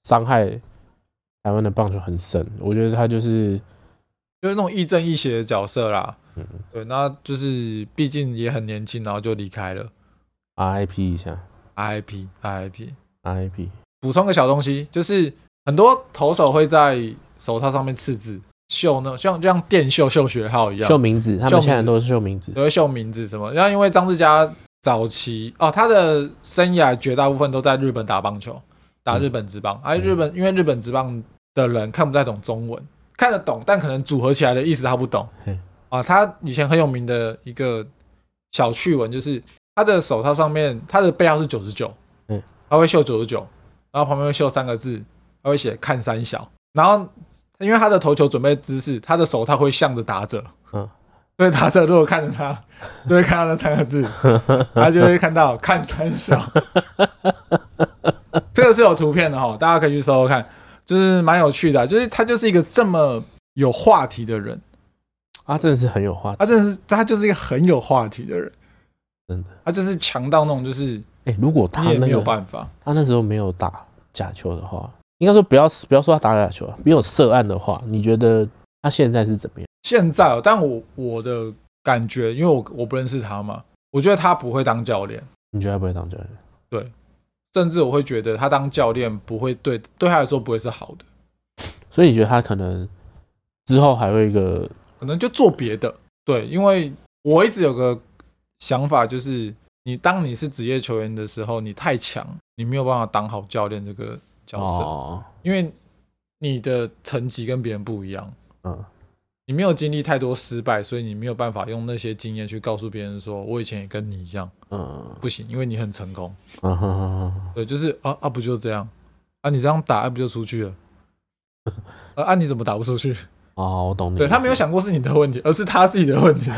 Speaker 1: 伤害台湾的棒球很深。我觉得他就是
Speaker 2: 就是那种亦正亦邪的角色啦。
Speaker 1: 嗯
Speaker 2: 对，那就是毕竟也很年轻，然后就离开了
Speaker 1: RIP 一下
Speaker 2: RIP RIP。
Speaker 1: RIP，
Speaker 2: 补充个小东西，就是很多投手会在手套上面刺字，绣那像就像电绣绣学号一样
Speaker 1: 秀，名字，他
Speaker 2: 秀名
Speaker 1: 们
Speaker 2: 字
Speaker 1: 现在都是秀名字
Speaker 2: 也。会绣名字什么。然后因为张志佳早期哦，他的生涯绝大部分都在日本打棒球，打
Speaker 1: 嗯
Speaker 2: 日本职棒。而、哎日本因为日本职棒的人看不太懂中文，看得懂，但可能组合起来的意思他不懂
Speaker 1: 嘿。
Speaker 2: 啊，他以前很有名的一个小趣闻就是，他的手套上面他的背号是九十九
Speaker 1: 嗯，
Speaker 2: 他会绣九十九，然后旁边会绣三个字，他会写看三小，然后。因为他的投球准备姿势，他的手套会向着打者，
Speaker 1: 嗯，
Speaker 2: 所以打者如果看着他，就会看到那三个 字，他就会看到看三小，这个是有图片的哈，大家可以去搜搜看，就是蛮有趣的啊、就是他就是一个这么有话题的人，
Speaker 1: 啊，真的是很有话题。
Speaker 2: 他真的是他就是一个很有话题的人，
Speaker 1: 真的，
Speaker 2: 他就是强到那种就是
Speaker 1: 哎、如果他
Speaker 2: 你也
Speaker 1: 那
Speaker 2: 没有
Speaker 1: 个
Speaker 2: 办法，
Speaker 1: 他那时候没有打假球的话，应该说不要不要说他打假球啊，没有涉案的话，你觉得他现在是怎么样？
Speaker 2: 现在哦，但我我的感觉，因为我我不认识他嘛，我觉得他不会当教练。
Speaker 1: 你觉得他不会当教练？
Speaker 2: 甚至我会觉得他当教练不会对对他来说不会是好的，
Speaker 1: 所以你觉得他可能之后还会有一个
Speaker 2: 可能就做别的。对，因为我一直有个想法，就是你当你是职业球员的时候，你太强，你没有办法当好教练这个角色，
Speaker 1: 哦，
Speaker 2: 因为你的层级跟别人不一样，
Speaker 1: 嗯，
Speaker 2: 你没有经历太多失败，所以你没有办法用那些经验去告诉别人说，我以前也跟你一样，
Speaker 1: 嗯
Speaker 2: 不行，因为你很成功。
Speaker 1: 嗯哼哼哼
Speaker 2: 对，就是啊啊，不就这样啊？你这样打，啊、不就出去了？啊啊，你怎么打不出去？
Speaker 1: 哦，我懂你。
Speaker 2: 对他没有，想过是你的问题，而是他自己的问题。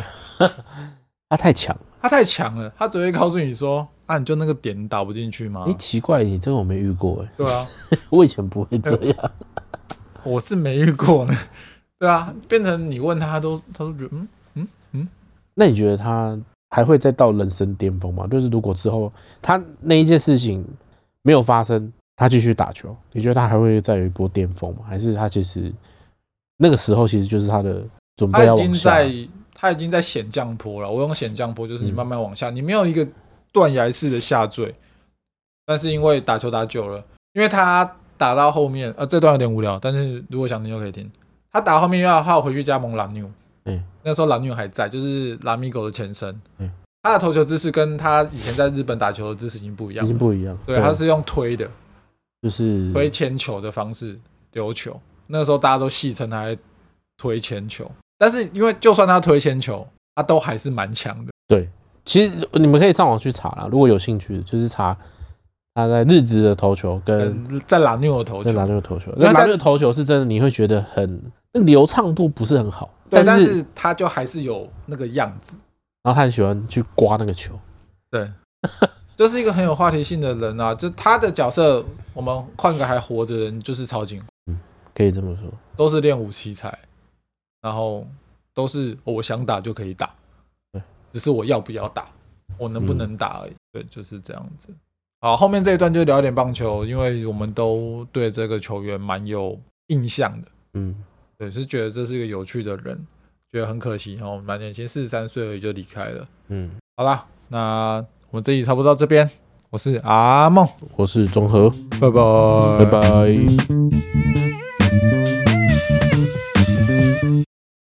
Speaker 1: 他太强。
Speaker 2: 他太强了，他只会告诉你说：“啊，你就那个点打不进去吗
Speaker 1: 哎、奇怪，你这个我没遇过哎、？”
Speaker 2: 对啊，
Speaker 1: 我以前不会这样。
Speaker 2: 我是没遇过呢。对啊，变成你问他，他都他都觉得嗯，
Speaker 1: 那你觉得他还会再到人生巅峰吗？就是如果之后他那一件事情没有发生，他继续打球，你觉得他还会再有一波巅峰吗？还是他其实那个时候其实就是他的准
Speaker 2: 他
Speaker 1: 备要
Speaker 2: 已经
Speaker 1: 往下？
Speaker 2: 在他已经在险降坡了。我用险降坡就是你
Speaker 1: 嗯
Speaker 2: 慢慢往下，你没有一个断崖式的下坠。但是因为打球打久了，因为他打到后面，呃，这段有点无聊，但是如果想听就可以听。他打到后面又要他要回去加盟蓝牛，
Speaker 1: 嗯，
Speaker 2: 那时候蓝牛还在，就是蓝米狗的前身，
Speaker 1: 嗯，
Speaker 2: 他的投球姿势跟他以前在日本打球的姿势已经不一样
Speaker 1: 已经
Speaker 2: 了，
Speaker 1: 不一样，
Speaker 2: 对，他是用推的，
Speaker 1: 就是
Speaker 2: 推铅球的方式丢球。那时候大家都戏称他在推铅球，但是因为就算他推铅球，他都还是蛮强的。
Speaker 1: 其实你们可以上网去查啦，如果有兴趣，就是查他在日职的投球跟
Speaker 2: 嗯，在拉纽的投
Speaker 1: 在
Speaker 2: 球，
Speaker 1: 篮球投球，
Speaker 2: 那
Speaker 1: 那
Speaker 2: 在
Speaker 1: 篮球投球是真的，你会觉得很那流畅度不是很好，
Speaker 2: 对，
Speaker 1: 但
Speaker 2: 但
Speaker 1: 是
Speaker 2: 是他就还是有那个样子，
Speaker 1: 然后他很喜欢去刮那个球，
Speaker 2: 就是一个很有话题性的人啊。就他的角色，我们换个还活着的人，就是超警，
Speaker 1: 可以这么说。
Speaker 2: 都是练武奇才，然后都是哦我想打就可以打
Speaker 1: 对，
Speaker 2: 只是我要不要打，我能不能打而已。对，就是这样子。好，后面这一段就聊一点棒球，因为我们都对这个球员蛮有印象的，
Speaker 1: 嗯，
Speaker 2: 对，是觉得这是一个有趣的人，觉得很可惜哦，蛮年轻，四十三岁而已就离开了。
Speaker 1: 嗯，
Speaker 2: 好啦，那我们这集差不多到这边，我是阿梦，
Speaker 1: 我是中和，
Speaker 2: 拜拜，
Speaker 1: 拜拜